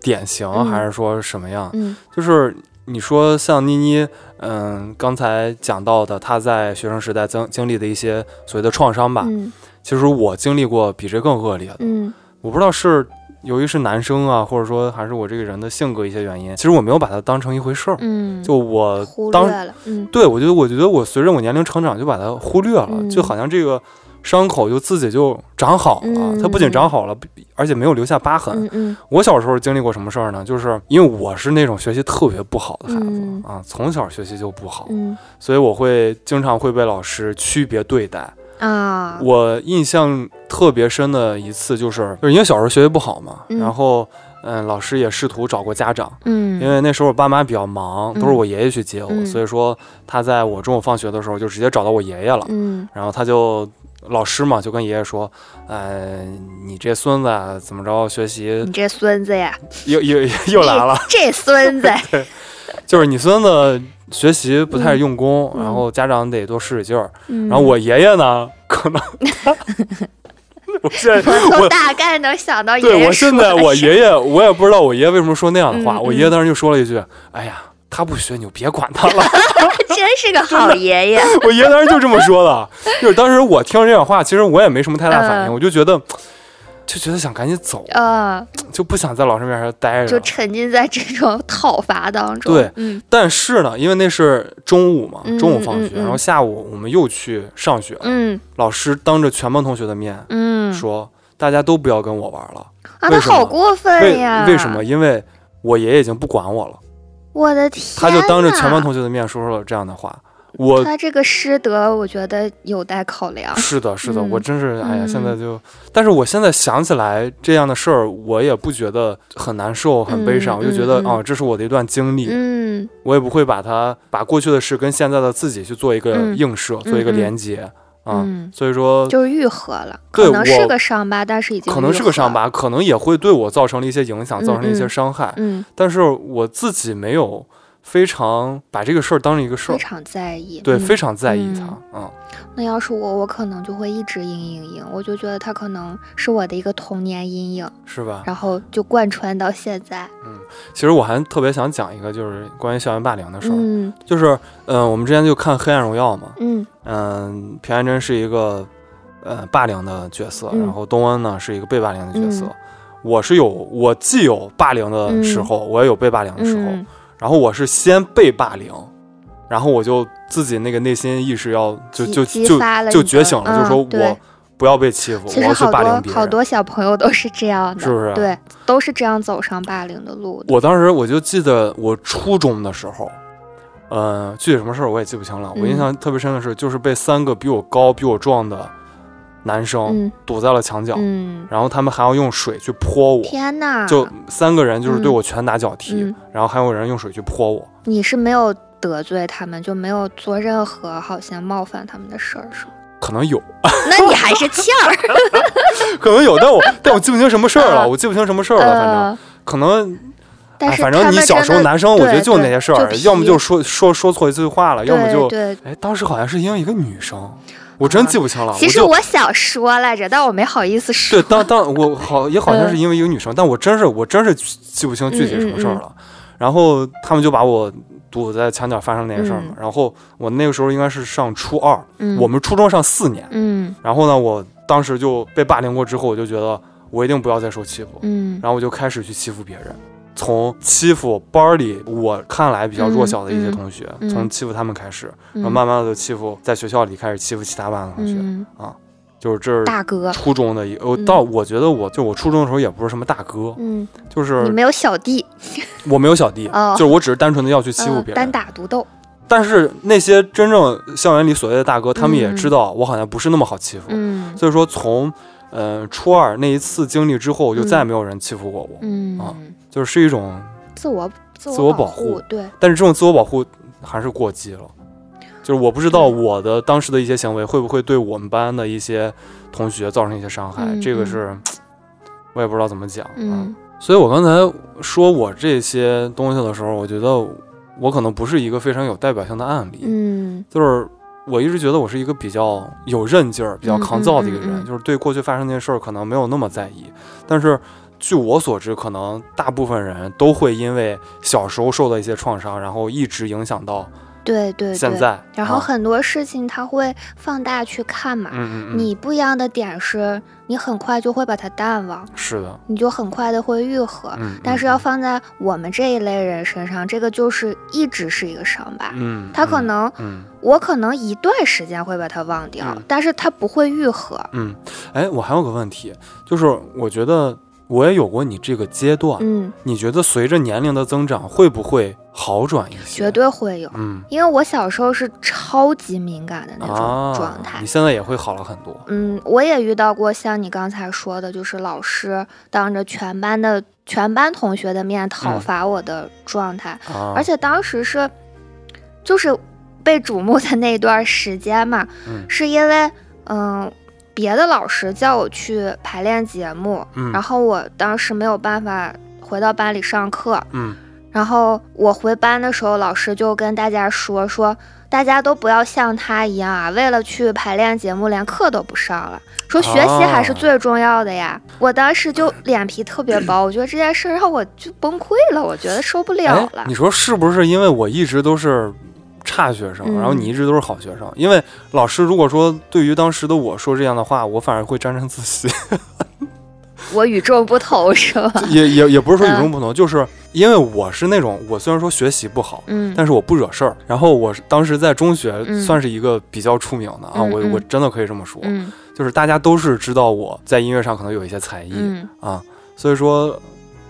Speaker 1: 典型，
Speaker 2: 嗯
Speaker 1: 还是说什么样？
Speaker 2: 嗯
Speaker 1: 就是你说像妮妮，嗯，刚才讲到的，她在学生时代经经历的一些所谓的创伤吧，
Speaker 2: 嗯
Speaker 1: 其实我经历过比这更恶劣的。
Speaker 2: 嗯
Speaker 1: 我不知道是由于是男生啊，或者说还是我这个人的性格一些原因，其实我没有把它当成一回事儿。
Speaker 2: 嗯，
Speaker 1: 就我
Speaker 2: 忽略
Speaker 1: 当
Speaker 2: 了。嗯
Speaker 1: 对我觉得，我觉得我随着我年龄成长就把它忽略了，
Speaker 2: 嗯
Speaker 1: 就好像这个伤口就自己就长好了。
Speaker 2: 嗯
Speaker 1: 它不仅长好了，而且没有留下疤痕。
Speaker 2: 嗯嗯
Speaker 1: 我小时候经历过什么事儿呢？就是因为我是那种学习特别不好的孩子、
Speaker 2: 嗯
Speaker 1: 啊，从小学习就不好，
Speaker 2: 嗯
Speaker 1: 所以我会经常会被老师区别对待。
Speaker 2: 啊，
Speaker 1: 我印象特别深的一次就是，就是因为小时候学习不好嘛，
Speaker 2: 嗯
Speaker 1: 然后嗯，老师也试图找过家长，
Speaker 2: 嗯，
Speaker 1: 因为那时候我爸妈比较忙，
Speaker 2: 嗯
Speaker 1: 都是我爷爷去接我，
Speaker 2: 嗯
Speaker 1: 所以说他在我中午放学的时候就直接找到我爷爷了，
Speaker 2: 嗯
Speaker 1: 然后他就老师嘛就跟爷爷说，呃，你这孙子啊怎么着学习
Speaker 2: 你这孙子呀，
Speaker 1: 又又 又来 了，
Speaker 2: 这孙子，
Speaker 1: 就是你孙子学习不太
Speaker 2: 嗯
Speaker 1: 用功，
Speaker 2: 嗯
Speaker 1: 然后家长得多使使劲儿，
Speaker 2: 然
Speaker 1: 然后我爷爷呢可 能我现在
Speaker 2: 我
Speaker 1: 我
Speaker 2: 都大概能想到爷爷
Speaker 1: 对我现在
Speaker 2: 说的
Speaker 1: 我
Speaker 2: 是
Speaker 1: 爷爷，我也不知道我爷爷为什么说那样的话。
Speaker 2: 嗯
Speaker 1: 我爷爷当时就说了一句：“哎呀，他不学你就别管他了。
Speaker 2: 真是个好 爷啊爷，”
Speaker 1: 我爷爷当时就这么说的。就是当时我听这种话，其实我也没什么太大反应，
Speaker 2: 嗯
Speaker 1: 我就觉得就觉得想赶紧走，
Speaker 2: 嗯，
Speaker 1: 就不想在老师面前待
Speaker 2: 就
Speaker 1: 着。
Speaker 2: 沉浸在这种讨伐当中。
Speaker 1: 对，
Speaker 2: 嗯
Speaker 1: 但是呢，因为那是中午嘛
Speaker 2: 嗯，
Speaker 1: 中午放
Speaker 2: 嗯
Speaker 1: 学，
Speaker 2: 嗯
Speaker 1: 然后下午我们又去上学了。
Speaker 2: 嗯
Speaker 1: 老师当着全班同学的面
Speaker 2: 嗯，
Speaker 1: 说：“大家都不要跟我玩了。
Speaker 2: 啊，
Speaker 1: 为
Speaker 2: 那
Speaker 1: 什么
Speaker 2: 好过分呀！
Speaker 1: 为为什么？？因为我爷爷已经不管我了。”
Speaker 2: 我的天
Speaker 1: 他
Speaker 2: 呐！
Speaker 1: 就当着全班同学的面说出了这样的话。我
Speaker 2: 他这个师德，我觉得有待考量。
Speaker 1: 是的，是的，
Speaker 2: 嗯
Speaker 1: 我真是哎呀，
Speaker 2: 嗯
Speaker 1: 现在就，但是我现在想起来这样的事儿，我也不觉得很难受、很悲伤，
Speaker 2: 嗯
Speaker 1: 我就觉得
Speaker 2: 嗯
Speaker 1: 哦，这是我的一段经历，
Speaker 2: 嗯
Speaker 1: 我也不会把它把过去的事跟现在的自己去做一个
Speaker 2: 嗯
Speaker 1: 映射，做一个
Speaker 2: 嗯嗯
Speaker 1: 连接啊。
Speaker 2: 嗯，
Speaker 1: 所以说，
Speaker 2: 就是愈合了，
Speaker 1: 对
Speaker 2: 可能
Speaker 1: 我
Speaker 2: 是个伤疤，但是已经
Speaker 1: 可能是个伤
Speaker 2: 愈合
Speaker 1: 疤，
Speaker 2: 了。
Speaker 1: 可能也会对我造成了一些影响，
Speaker 2: 嗯
Speaker 1: 造成了一些
Speaker 2: 嗯
Speaker 1: 伤害，
Speaker 2: 嗯，
Speaker 1: 但是我自己没有非常把这个事儿当成一个事
Speaker 2: 非
Speaker 1: 儿，
Speaker 2: 常在意。
Speaker 1: 对，
Speaker 2: 嗯
Speaker 1: 非常在意
Speaker 2: 嗯
Speaker 1: 它啊。
Speaker 2: 那要是我，我可能就会一直阴影影，我就觉得他可能是我的一个童年阴影，
Speaker 1: 是吧？
Speaker 2: 然后就贯穿到现在。
Speaker 1: 其实我还特别想讲一个，就是关于校园霸凌的事儿。
Speaker 2: 嗯
Speaker 1: 就是，嗯、我们之前就看《黑暗荣耀》嘛，
Speaker 2: 嗯
Speaker 1: 嗯、朴元贞是一个，呃，霸凌的角色，
Speaker 2: 嗯
Speaker 1: 然后东恩呢是一个被霸凌的角色。
Speaker 2: 嗯
Speaker 1: 我是有，我既有霸凌的时候，我也有被霸凌的时候。
Speaker 2: 嗯
Speaker 1: 然后我是先被霸凌，然后我就自己那个内心意识要就
Speaker 2: 激
Speaker 1: 就
Speaker 2: 激
Speaker 1: 就
Speaker 2: 发了
Speaker 1: 就
Speaker 2: 你
Speaker 1: 觉
Speaker 2: 的
Speaker 1: 醒了，
Speaker 2: 嗯
Speaker 1: 就说
Speaker 2: 对
Speaker 1: 我不要被欺负，
Speaker 2: 其
Speaker 1: 我
Speaker 2: 实
Speaker 1: 要去
Speaker 2: 好
Speaker 1: 霸凌别
Speaker 2: 多
Speaker 1: 人。
Speaker 2: 好多小朋友都是这样的，
Speaker 1: 是啊不是
Speaker 2: 对，都是这样走上霸凌的路的。
Speaker 1: 我当时我就记得我初中的时候，呃，具体什么事儿我也记不清了。我印
Speaker 2: 嗯
Speaker 1: 象特别深的是，就是被三个比我高、比我壮的男生
Speaker 2: 嗯
Speaker 1: 堵在了墙角，
Speaker 2: 嗯，
Speaker 1: 然后他们还要用水去泼我，
Speaker 2: 天哪！
Speaker 1: 就三个人就是对
Speaker 2: 嗯
Speaker 1: 我拳打脚踢，
Speaker 2: 嗯
Speaker 1: 然后还有人用水去泼我。
Speaker 2: 你是没有得罪他们，就没有做任何好像冒犯他们的事儿，是吗？
Speaker 1: 可能有，
Speaker 2: 那你还是欠 儿。
Speaker 1: 可能有，但我但我记不清什么事儿了，
Speaker 2: 啊
Speaker 1: 我记不清什么事儿了，反正
Speaker 2: 呃，
Speaker 1: 可能
Speaker 2: 但
Speaker 1: 哎
Speaker 2: 是
Speaker 1: 反
Speaker 2: 他
Speaker 1: 正你
Speaker 2: 们
Speaker 1: 小
Speaker 2: 真
Speaker 1: 时候
Speaker 2: 的
Speaker 1: 男生，我觉得
Speaker 2: 对
Speaker 1: 就那
Speaker 2: 对
Speaker 1: 些事儿，
Speaker 2: 皮
Speaker 1: 要么就说说说错一句话了，要么
Speaker 2: 对
Speaker 1: 就
Speaker 2: 对。
Speaker 1: 哎，当时好像是因为一个女生，我真
Speaker 2: 啊
Speaker 1: 记不清了。
Speaker 2: 其
Speaker 1: 我
Speaker 2: 实
Speaker 1: 就
Speaker 2: 我想说来着，但我没好意思
Speaker 1: 对，
Speaker 2: 说。
Speaker 1: 当当我好也好像是
Speaker 2: 嗯
Speaker 1: 因为一个女生，但我真是我真是记不清具体什么事儿了。然后他们就把我堵在墙角，发生那些事儿嘛。
Speaker 2: 嗯
Speaker 1: 然后我那个时候应该是上初二，
Speaker 2: 嗯，
Speaker 1: 我们初中上四年。
Speaker 2: 嗯
Speaker 1: 然后呢，我当时就被霸凌过之后，我就觉得我一定不要再受欺负，
Speaker 2: 嗯，
Speaker 1: 然后我就开始去欺负别人。从欺负班里我看来比较弱小的一些
Speaker 2: 嗯嗯
Speaker 1: 同学，
Speaker 2: 嗯
Speaker 1: 从欺负他们开始，然
Speaker 2: 嗯
Speaker 1: 后慢慢的就欺负在学校里开始欺负其他班的同学，
Speaker 2: 嗯，
Speaker 1: 就是这是
Speaker 2: 大哥，
Speaker 1: 初中的一个，我
Speaker 2: 嗯
Speaker 1: 到我觉得我就我初中的时候也不是什么大哥，
Speaker 2: 嗯，
Speaker 1: 就
Speaker 2: 你
Speaker 1: 是
Speaker 2: 没有小弟，
Speaker 1: 我没有小弟，
Speaker 2: 哦
Speaker 1: 就是我只是单纯的要去欺负
Speaker 2: 呃
Speaker 1: 别人。啊
Speaker 2: 单打独斗。
Speaker 1: 但是那些真正校园里所谓的大哥，他们也
Speaker 2: 嗯
Speaker 1: 知道我好像不是那么好欺负，
Speaker 2: 嗯
Speaker 1: 所以说从呃初二那一次经历之后，我就
Speaker 2: 嗯
Speaker 1: 再也没有人欺负过我，啊
Speaker 2: 嗯，
Speaker 1: 就是一种，
Speaker 2: 自我自
Speaker 1: 自我保
Speaker 2: 保
Speaker 1: 护啊
Speaker 2: 对，
Speaker 1: 但是这种自我保护还是过激了。就是我不知道我的当时的一些行为会不会对我们班的一些同学造成一些伤害，
Speaker 2: 嗯
Speaker 1: 这个
Speaker 2: 嗯
Speaker 1: 是我也不知道怎么讲啊。
Speaker 2: 嗯
Speaker 1: 所以我刚才说我这些东西的时候，我觉得我可能不是一个非常有代表性的案例，
Speaker 2: 嗯
Speaker 1: 就是我一直觉得我是一个比较有韧劲儿、比较抗造的一个人，
Speaker 2: 嗯嗯嗯嗯
Speaker 1: 就是对过去发生那些事儿可能没有那么在意，但是。据我所知，可能大部分人都会因为小时候受到一些创伤，然后一直影响到
Speaker 2: 对对
Speaker 1: 现
Speaker 2: 对。
Speaker 1: 在，
Speaker 2: 然后
Speaker 1: 啊
Speaker 2: 很多事情它会放大去看嘛，
Speaker 1: 嗯嗯嗯，
Speaker 2: 你不一样的点是，你很快就会把它淡忘，
Speaker 1: 是的，
Speaker 2: 你就很快的会愈合。
Speaker 1: 嗯，
Speaker 2: 呃但
Speaker 1: 嗯
Speaker 2: 是要放在我们这一类人身上，这个就是一直是一个伤疤。
Speaker 1: 嗯，
Speaker 2: 他可能，
Speaker 1: 嗯，
Speaker 2: 我可能一段时间会把它忘掉，
Speaker 1: 嗯
Speaker 2: 但是它不会愈合。
Speaker 1: 嗯嗯，哎，我还有个问题，就是我觉得我也有过你这个阶段，
Speaker 2: 嗯，
Speaker 1: 你觉得随着年龄的增长会不会好转一些？
Speaker 2: 绝，对会有，
Speaker 1: 嗯
Speaker 2: 因为我小时候是超级敏感的那种
Speaker 1: 啊，
Speaker 2: 状态。
Speaker 1: 你现在也会好了很多，
Speaker 2: 嗯，我也遇到过像你刚才说的，就是老师当着全班的全班同学的面讨
Speaker 1: 嗯
Speaker 2: 伐我的状态。
Speaker 1: 啊，
Speaker 2: 而且当时是，就是被瞩目的那段时间嘛，
Speaker 1: 嗯
Speaker 2: 是因为嗯、别的老师叫我去排练节目，
Speaker 1: 嗯
Speaker 2: 然后我当时没有办法回到班里上课，
Speaker 1: 嗯
Speaker 2: 然后我回班的时候，老师就跟大家说说。大家都不要像他一样啊！为了去排练节目，连课都不上了。说学习还是
Speaker 1: 哦
Speaker 2: 最重要的呀！我当时就脸皮特别薄，我觉得这件事儿让我就崩溃了，我觉得受不了了
Speaker 1: 哎。。你说是不是？因为我一直都是差学生，
Speaker 2: 嗯
Speaker 1: 然后你一直都是好学生。因为老师如果说对于当时的我说这样的话，我反而会沾沾自喜。
Speaker 2: 我与众不同是吧？
Speaker 1: 也也也不是说与众不同，就是因为我是那种我虽然说学习不好。
Speaker 2: 嗯嗯，
Speaker 1: 但是我不惹事儿，然后我是当时在中学
Speaker 2: 嗯
Speaker 1: 算是一个比较出名的啊，
Speaker 2: 嗯
Speaker 1: 我
Speaker 2: 嗯
Speaker 1: 我真的可以这么说，
Speaker 2: 嗯
Speaker 1: 就是大家都是知道我在音乐上可能有一些才艺，
Speaker 2: 嗯
Speaker 1: 啊，所以说。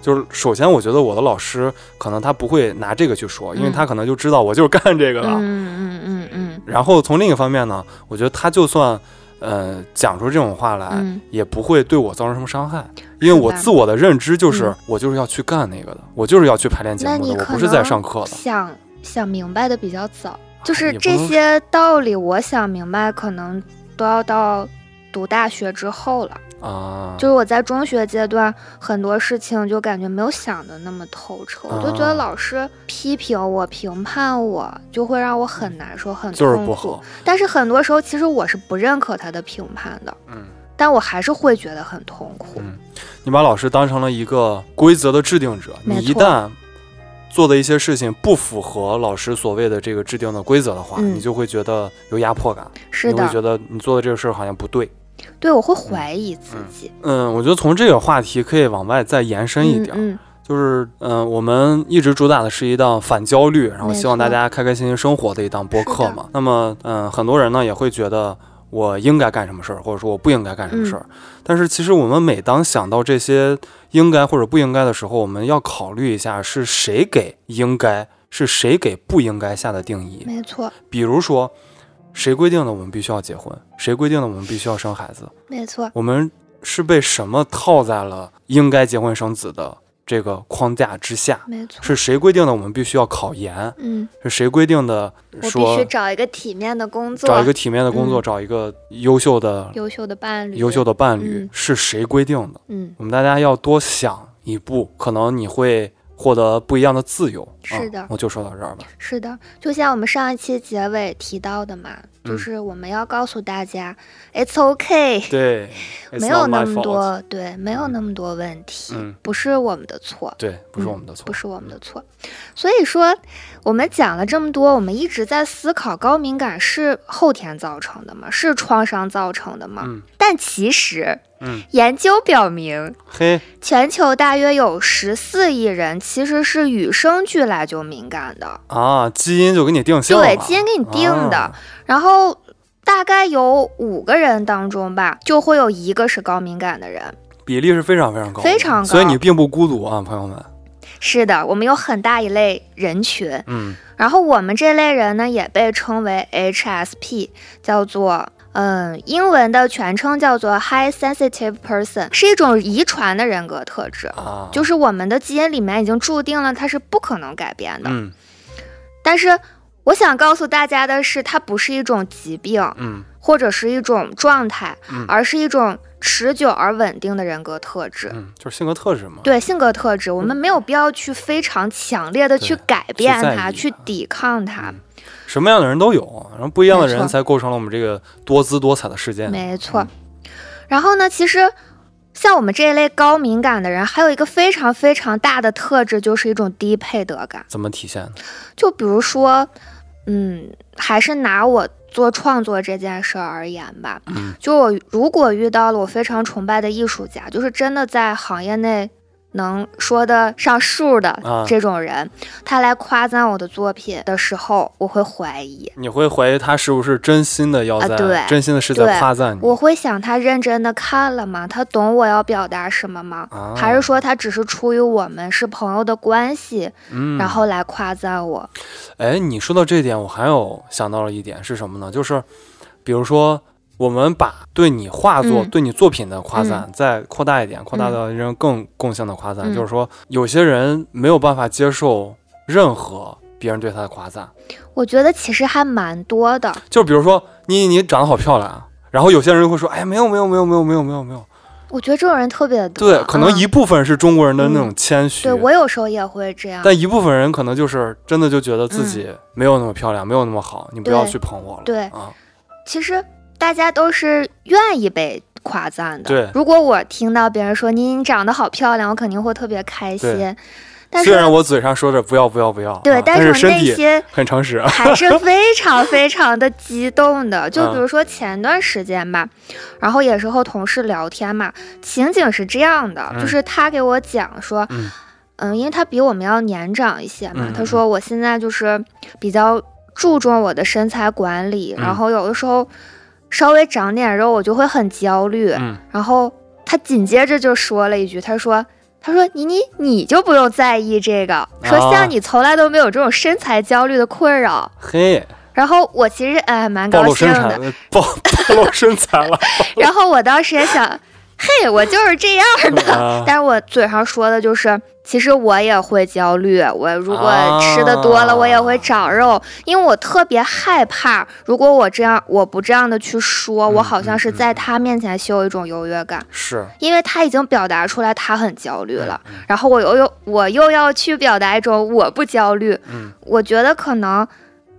Speaker 1: 就是首先，我觉得我的老师可能他不会拿这个去说，因为
Speaker 2: 嗯
Speaker 1: 他可能就知道我就是干这个
Speaker 2: 嗯
Speaker 1: 的。
Speaker 2: 嗯嗯嗯
Speaker 1: 然后从另一方面呢，我觉得他就算呃讲出这种话来，
Speaker 2: 嗯
Speaker 1: 也不会对我造成什么伤害，因为我
Speaker 2: 是吧
Speaker 1: 自我的认知就是、
Speaker 2: 嗯我
Speaker 1: 我就是要去干那个的，我就是要去排练节
Speaker 2: 那
Speaker 1: 目
Speaker 2: 你
Speaker 1: 的，我
Speaker 2: 可
Speaker 1: 不是在
Speaker 2: 能
Speaker 1: 上课的。
Speaker 2: 想想明白的比较早，就是
Speaker 1: 也不
Speaker 2: 这
Speaker 1: 能
Speaker 2: 些道理，我想明白可能都要到读大学之后了。
Speaker 1: 啊，
Speaker 2: 就是我在中学阶段，很多事情就感觉没有想的那么透彻，我就觉
Speaker 1: 啊
Speaker 2: 得老师批评我、评判我，就会让我很难受、很
Speaker 1: 就是
Speaker 2: 痛
Speaker 1: 不
Speaker 2: 苦
Speaker 1: 好。。
Speaker 2: 但是很多时候，其实我是不认可他的评判的，
Speaker 1: 嗯，
Speaker 2: 但我还是会觉得很痛苦。
Speaker 1: 嗯你把老师当成了一个规则的制定者，你
Speaker 2: 没
Speaker 1: 一
Speaker 2: 错
Speaker 1: 旦做的一些事情不符合老师所谓的这个制定的规则的话，
Speaker 2: 嗯
Speaker 1: 你就会觉得有压迫感，
Speaker 2: 是
Speaker 1: 你
Speaker 2: 的
Speaker 1: 会，觉得你做的这个事儿好像不对。
Speaker 2: 对，我会怀疑自己。
Speaker 1: 嗯，我觉得从这个话题可以往外再延伸一点儿，
Speaker 2: 嗯
Speaker 1: 就是嗯、呃我们一直主打的是一档反焦虑，然后
Speaker 2: 没
Speaker 1: 希望
Speaker 2: 错
Speaker 1: 大家开开心心生活的一档播客
Speaker 2: 是
Speaker 1: 嘛。那么，嗯、很多人呢也会觉得我应该干什么事儿，或者说我不应该干什么事
Speaker 2: 嗯
Speaker 1: 儿。但是其实我们每当想到这些应该或者不应该的时候，我们要考虑一下是谁给应该，是谁给不应该下的定义
Speaker 2: 嗯，。没错，
Speaker 1: 比如说，谁规定的我们必须要结婚？谁规定的我们必须要生孩子？
Speaker 2: 没错，
Speaker 1: 我们是被什么套在了应该结婚生子的这个框架之下？
Speaker 2: 没错。
Speaker 1: 是谁规定的我们必须要考研？
Speaker 2: 嗯，
Speaker 1: 是谁规定的
Speaker 2: 我必须
Speaker 1: 说
Speaker 2: 找一个体面的工作，
Speaker 1: 找一个体面的工作，
Speaker 2: 嗯
Speaker 1: 找一个优秀的、
Speaker 2: 优秀的伴侣，
Speaker 1: 优秀
Speaker 2: 的，
Speaker 1: 的伴侣
Speaker 2: 嗯，
Speaker 1: 是谁规定的？
Speaker 2: 嗯，
Speaker 1: 我们大家要多想一步，可能你会获得不一样的自由。
Speaker 2: 是的
Speaker 1: 啊我就说到这儿吧。
Speaker 2: 是的。就像我们上一期结尾提到的嘛，
Speaker 1: 嗯
Speaker 2: 就是我们要告诉大家、i t s okay，
Speaker 1: 对，
Speaker 2: 没
Speaker 1: it's
Speaker 2: 有
Speaker 1: not
Speaker 2: 那
Speaker 1: my
Speaker 2: 么
Speaker 1: fault。
Speaker 2: 多，对，没有
Speaker 1: 嗯
Speaker 2: 那么多问题，
Speaker 1: 嗯
Speaker 2: 不是我们的错。
Speaker 1: 对，不是我们的
Speaker 2: 嗯
Speaker 1: 错
Speaker 2: 不。是我们的错。所以说，我们讲了这么多，我们一直在思考高敏感是后天造成的吗？是创伤造成的吗？
Speaker 1: 嗯
Speaker 2: 但其实，
Speaker 1: 嗯
Speaker 2: 研究表明，
Speaker 1: 嘿，
Speaker 2: 全球大约有十四亿人其实是与生俱来就敏感的，
Speaker 1: 啊，基因就给你定性了吧。
Speaker 2: 对，基因给你定的。
Speaker 1: 啊
Speaker 2: 然后大概有五个人当中吧，就会有一个是高敏感的人。
Speaker 1: 比例是非常非常高的，
Speaker 2: 非常高
Speaker 1: 所以你并不孤独啊，朋友们。
Speaker 2: 是的，我们有很大一类人群，
Speaker 1: 嗯
Speaker 2: 然后我们这类人呢，也被称为 HSP，叫做。嗯，英文的全称叫做 High Sensitive Person，是一种遗传的人格特质，
Speaker 1: 啊，
Speaker 2: 就是我们的基因里面已经注定了它是不可能改变的。
Speaker 1: 嗯
Speaker 2: 但是我想告诉大家的是，它不是一种疾病
Speaker 1: 嗯
Speaker 2: 或者是一种状态，
Speaker 1: 嗯
Speaker 2: 而是一种持久而稳定的人格特质。
Speaker 1: 嗯，就是性格特质嘛。
Speaker 2: 对性格特质，我们没有必要去非常强烈的去
Speaker 1: 对
Speaker 2: 改变
Speaker 1: 在
Speaker 2: 它，
Speaker 1: 意
Speaker 2: 去
Speaker 1: 它
Speaker 2: 抵抗它。
Speaker 1: 嗯什么样的人都有，然后不一样的
Speaker 2: 没
Speaker 1: 人
Speaker 2: 错
Speaker 1: 才构成了我们这个多姿多彩的世界。
Speaker 2: 没
Speaker 1: 嗯
Speaker 2: 错。然后呢，其实像我们这一类高敏感的人，还有一个非常非常大的特质，就是一种低配得感。
Speaker 1: 怎么体现呢？
Speaker 2: 就比如说，嗯，还是拿我做创作这件事儿而言吧，
Speaker 1: 嗯
Speaker 2: 就我如果遇到了我非常崇拜的艺术家，就是真的在行业内能说得上数的
Speaker 1: 啊
Speaker 2: 这种人，他来夸赞我的作品的时候，我会怀疑，
Speaker 1: 你会怀疑他是不是真心的要
Speaker 2: 啊
Speaker 1: 在，
Speaker 2: 对
Speaker 1: 真心的是在
Speaker 2: 对
Speaker 1: 夸赞你。
Speaker 2: 我会想他认真的看了吗？他懂我要表达什么吗？
Speaker 1: 啊
Speaker 2: 还是说他只是出于我们是朋友的关系，
Speaker 1: 嗯，
Speaker 2: 然后来夸赞我？
Speaker 1: 哎，你说到这一点，我还有想到了一点是什么呢？就是比如说，我们把对你画作、
Speaker 2: 嗯
Speaker 1: 对你作品的夸赞、再扩大一点，扩大到一种更共性的夸赞，
Speaker 2: 嗯
Speaker 1: 就是说，有些人没有办法接受任何别人对他的夸赞，
Speaker 2: 我觉得其实还蛮多的，
Speaker 1: 就比如说你你长得好漂亮啊，然后有些人会说，哎，没有没有没有没有没有没有没有，
Speaker 2: 我觉得这种人特别多。
Speaker 1: 对，可能
Speaker 2: 嗯
Speaker 1: 一部分是中国人的那种谦虚。
Speaker 2: 对我有时候也会这样。
Speaker 1: 但一部分人可能就是真的就觉得自己没有那么漂亮，没有那么好，你不要去捧我了。
Speaker 2: 嗯对
Speaker 1: 啊，
Speaker 2: 其实大家都是愿意被夸赞的。
Speaker 1: 对
Speaker 2: 如果我听到别人说你你长得好漂亮，我肯定会特别开
Speaker 1: 对
Speaker 2: 心。但
Speaker 1: 虽
Speaker 2: 是
Speaker 1: 然我嘴上说着不要不要不要，
Speaker 2: 对，
Speaker 1: 啊
Speaker 2: 但
Speaker 1: 但是
Speaker 2: 我
Speaker 1: 身
Speaker 2: 内
Speaker 1: 体
Speaker 2: 心
Speaker 1: 很诚实。啊
Speaker 2: 还是非常非常的激动的。就
Speaker 1: 嗯
Speaker 2: 比如说前段时间吧，然后也是和同事聊天嘛，情景是这样的，
Speaker 1: 嗯
Speaker 2: 就是他给我讲说，
Speaker 1: 嗯
Speaker 2: 嗯因为他比我们要年长一些嘛，
Speaker 1: 嗯嗯
Speaker 2: 他说我现在就是比较注重我的身材管理，
Speaker 1: 嗯
Speaker 2: 然后有的时候稍微长点肉，我就会很焦虑。
Speaker 1: 嗯
Speaker 2: 然后他紧接着就说了一句，他说。他说：“你你你就不用在意这个，说
Speaker 1: 啊
Speaker 2: 像你从来都没有这种身材焦虑的困扰。
Speaker 1: 嘿，
Speaker 2: 然后我其实哎蛮
Speaker 1: 暴
Speaker 2: 高
Speaker 1: 露
Speaker 2: 兴
Speaker 1: 身材
Speaker 2: 的，
Speaker 1: 了， 暴暴露身材 了
Speaker 2: 然后我当时也 想，嘿，我就是这样的。
Speaker 1: 啊！
Speaker 2: 但是我嘴上说的就是，其实我也会焦虑，我如果吃的多了，我也会长肉，因为我特别害怕，如果我这样我不这样的去说，我好像是在他面前秀一种优越感，
Speaker 1: 是，
Speaker 2: 因为他已经表达出来他很焦虑了，
Speaker 1: 嗯
Speaker 2: 然后我又又我又要去表达一种我不焦虑，
Speaker 1: 嗯
Speaker 2: 我觉得可能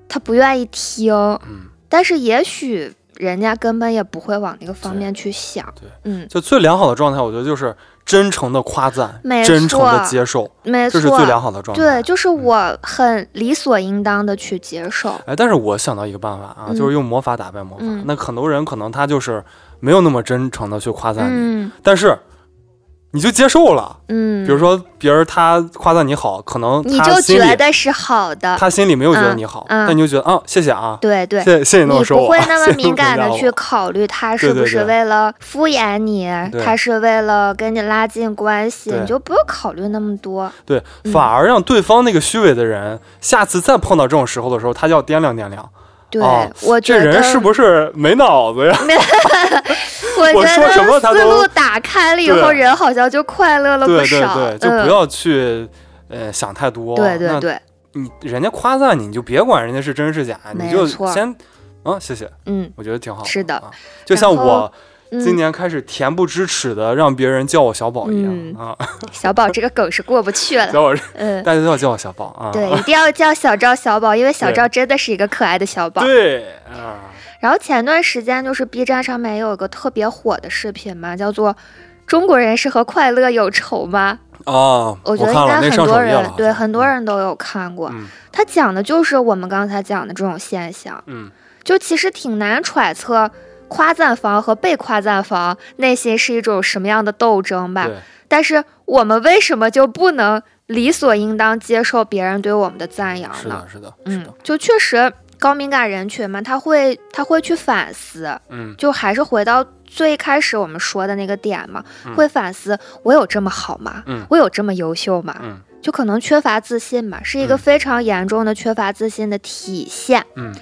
Speaker 2: 他不愿意听，
Speaker 1: 嗯，
Speaker 2: 但是也许人家根本也不会往那个方面去想。
Speaker 1: 对对
Speaker 2: 嗯，
Speaker 1: 就最良好的状态，我觉得就是真诚的夸赞，
Speaker 2: 没
Speaker 1: 真诚的
Speaker 2: 错
Speaker 1: 接受，
Speaker 2: 没
Speaker 1: 这
Speaker 2: 错，
Speaker 1: 是最良好的嗯状态。
Speaker 2: 对，就是我很理所应当的去接受。
Speaker 1: 哎，但是我想到一个办法啊，
Speaker 2: 嗯
Speaker 1: 就是用魔法打败魔法。
Speaker 2: 嗯
Speaker 1: 那很多人可能他就是没有那么真诚的去夸赞你，
Speaker 2: 嗯
Speaker 1: 但是你就接受了。
Speaker 2: 嗯，
Speaker 1: 比如说别人他夸赞你好，可能
Speaker 2: 你
Speaker 1: 他
Speaker 2: 就
Speaker 1: 心
Speaker 2: 觉
Speaker 1: 里
Speaker 2: 得是好的，
Speaker 1: 他心里没有觉得你好，
Speaker 2: 嗯嗯
Speaker 1: 但你就觉得啊，谢谢啊，
Speaker 2: 对对。
Speaker 1: 谢谢谢谢你那么
Speaker 2: 你
Speaker 1: 说
Speaker 2: 不
Speaker 1: 我
Speaker 2: 会
Speaker 1: 啊，
Speaker 2: 那
Speaker 1: 谢
Speaker 2: 么
Speaker 1: 谢
Speaker 2: 敏感
Speaker 1: 你
Speaker 2: 的
Speaker 1: 评价
Speaker 2: 去
Speaker 1: 我
Speaker 2: 考虑他
Speaker 1: 对
Speaker 2: 是
Speaker 1: 对
Speaker 2: 不是
Speaker 1: 对
Speaker 2: 为了敷衍你，
Speaker 1: 对
Speaker 2: 他是为了跟你拉近关系，
Speaker 1: 对
Speaker 2: 你就不用考虑那么多。
Speaker 1: 对，
Speaker 2: 嗯
Speaker 1: 反而让对方那个虚伪的人，下次再碰到这种时候的时候，他就要掂量掂量，
Speaker 2: 对，
Speaker 1: 哦
Speaker 2: 我觉
Speaker 1: 这
Speaker 2: 得
Speaker 1: 人是不是没脑子呀？
Speaker 2: 我
Speaker 1: 我
Speaker 2: 觉
Speaker 1: 说
Speaker 2: 得
Speaker 1: 什么他
Speaker 2: 思
Speaker 1: 都
Speaker 2: 路打开了以后，
Speaker 1: 对啊
Speaker 2: 人好像就快乐了不
Speaker 1: 对对
Speaker 2: 少。
Speaker 1: 对，就
Speaker 2: 嗯
Speaker 1: 不要去。呃，想太多，
Speaker 2: 对对
Speaker 1: 那
Speaker 2: 对，
Speaker 1: 你人家夸赞你，你就别管人家是真是假，你
Speaker 2: 没
Speaker 1: 就
Speaker 2: 错
Speaker 1: 先啊，谢谢，
Speaker 2: 嗯
Speaker 1: 我觉得挺好的。
Speaker 2: 是的
Speaker 1: 啊，就像
Speaker 2: 然后
Speaker 1: 我
Speaker 2: 嗯，
Speaker 1: 今年开始恬不知耻的让别人叫我小宝一样、
Speaker 2: 嗯
Speaker 1: 啊，
Speaker 2: 小宝这个梗是过不去了。
Speaker 1: 叫我
Speaker 2: 嗯，
Speaker 1: 大家都要叫我小宝啊。
Speaker 2: 对，一定要叫小赵小宝，因为小
Speaker 1: 对
Speaker 2: 赵真的是一个可爱的小宝。
Speaker 1: 对啊，
Speaker 2: 然后前段时间就是 B 站上面也有一个特别火的视频嘛，叫做。中国人是和快乐有仇吗？
Speaker 1: 哦，
Speaker 2: 我觉得
Speaker 1: 看
Speaker 2: 应
Speaker 1: 了
Speaker 2: 该
Speaker 1: 那
Speaker 2: 很
Speaker 1: 上首
Speaker 2: 多
Speaker 1: 页了好
Speaker 2: 人
Speaker 1: 像，
Speaker 2: 对很多人都有看过。
Speaker 1: 嗯
Speaker 2: 他讲的就是我们刚才讲的这种现象，
Speaker 1: 嗯，
Speaker 2: 就其实挺难揣测夸赞方和被夸赞方内心是一种什么样的斗争吧。
Speaker 1: 对，
Speaker 2: 但是我们为什么就不能理所应当接受别人对我们的赞扬
Speaker 1: 是
Speaker 2: 呢
Speaker 1: 的，？是的，是
Speaker 2: 嗯
Speaker 1: 的，，
Speaker 2: 就确实高敏感人群嘛，他会他会去反思，
Speaker 1: 嗯
Speaker 2: 就还是回到最开始我们说的那个点嘛，
Speaker 1: 嗯
Speaker 2: 会反思我有这么好吗？
Speaker 1: 嗯
Speaker 2: 我有这么优秀吗？
Speaker 1: 嗯
Speaker 2: 就可能缺乏自信嘛，是一
Speaker 1: 嗯
Speaker 2: 个非常严重的缺乏自信的体现。
Speaker 1: 嗯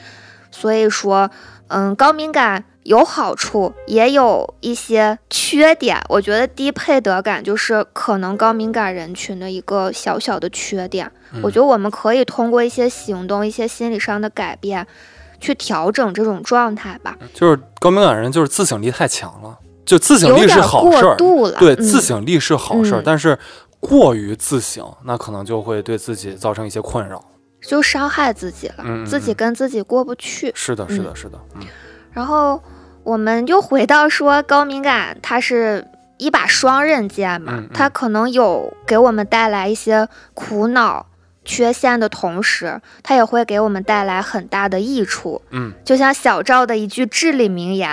Speaker 2: 所以说，嗯，高敏感有好处，也有一些缺点。我觉得低配得感就是可能高敏感人群的一个小小的缺点。
Speaker 1: 嗯
Speaker 2: 我觉得我们可以通过一些行动、一些心理上的改变，去调整这种状态吧。
Speaker 1: 就是高敏感人就是自省力太强了，就自省
Speaker 2: 有
Speaker 1: 力
Speaker 2: 点
Speaker 1: 是好事
Speaker 2: 过
Speaker 1: 儿，
Speaker 2: 度了，
Speaker 1: 对，
Speaker 2: 嗯
Speaker 1: 自省力是好事儿，
Speaker 2: 嗯
Speaker 1: 但是过于自省，那可能就会对自己造成一些困扰。
Speaker 2: 就伤害自己了，
Speaker 1: 嗯嗯
Speaker 2: 自己
Speaker 1: 嗯
Speaker 2: 跟自己过不去。
Speaker 1: 是的，是的，是的，嗯
Speaker 2: 然后我们又回到说高敏感，它是一把双刃剑嘛，
Speaker 1: 嗯嗯
Speaker 2: 它可能有给我们带来一些苦恼。缺陷的同时，它也会给我们带来很大的益处。
Speaker 1: 嗯，哦
Speaker 2: 就像小赵的一句至理名言：“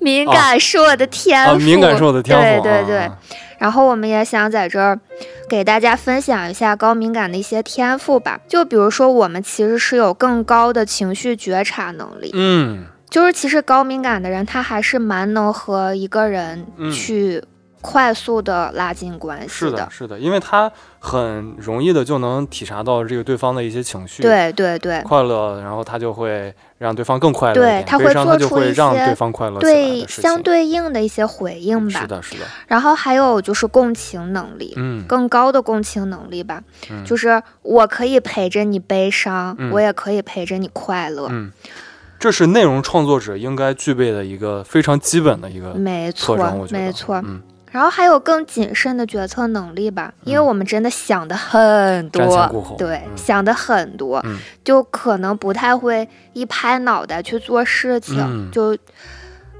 Speaker 2: 敏感是我的天赋。
Speaker 1: 啊，敏感是我的天赋，
Speaker 2: 对对对。
Speaker 1: 啊
Speaker 2: 然后我们也想在这儿给大家分享一下高敏感的一些天赋吧。就比如说，我们其实是有更高的情绪觉察能力，
Speaker 1: 嗯
Speaker 2: 就是其实高敏感的人，他还是蛮能和一个人
Speaker 1: 嗯
Speaker 2: 去快速的拉近关系
Speaker 1: 是的，是的，因为他很容易的就能体察到这个对方的一些情绪，，
Speaker 2: 对对对
Speaker 1: 快乐，然然后他就会让对方更快乐一
Speaker 2: 对
Speaker 1: 点，
Speaker 2: 他
Speaker 1: 悲
Speaker 2: 会
Speaker 1: 伤
Speaker 2: 做
Speaker 1: 他就
Speaker 2: 出
Speaker 1: 会
Speaker 2: 一
Speaker 1: 让
Speaker 2: 些
Speaker 1: 对方快乐起来
Speaker 2: 对，
Speaker 1: 的事
Speaker 2: 相
Speaker 1: 情嗯
Speaker 2: 对应的一些回应吧
Speaker 1: 是。的，是的，
Speaker 2: 然后还有就是共情能力。
Speaker 1: 嗯，
Speaker 2: 更高的共情能力吧，
Speaker 1: 嗯
Speaker 2: 就是我可以陪着你悲伤，
Speaker 1: 嗯
Speaker 2: 我也可以陪着你快乐，
Speaker 1: 嗯，这是内容创作者应该具备的一个非常基本的一个
Speaker 2: 没
Speaker 1: 特
Speaker 2: 错
Speaker 1: 征，我，觉得，
Speaker 2: 没错。
Speaker 1: 嗯，
Speaker 2: 然后还有更谨慎的决策能力吧，因为我们真的想的很
Speaker 1: 瞻前
Speaker 2: 多，
Speaker 1: 顾后，
Speaker 2: 对，
Speaker 1: 嗯
Speaker 2: 想的很多，
Speaker 1: 嗯
Speaker 2: 就可能不太会一拍脑袋去做事情，
Speaker 1: 嗯
Speaker 2: 就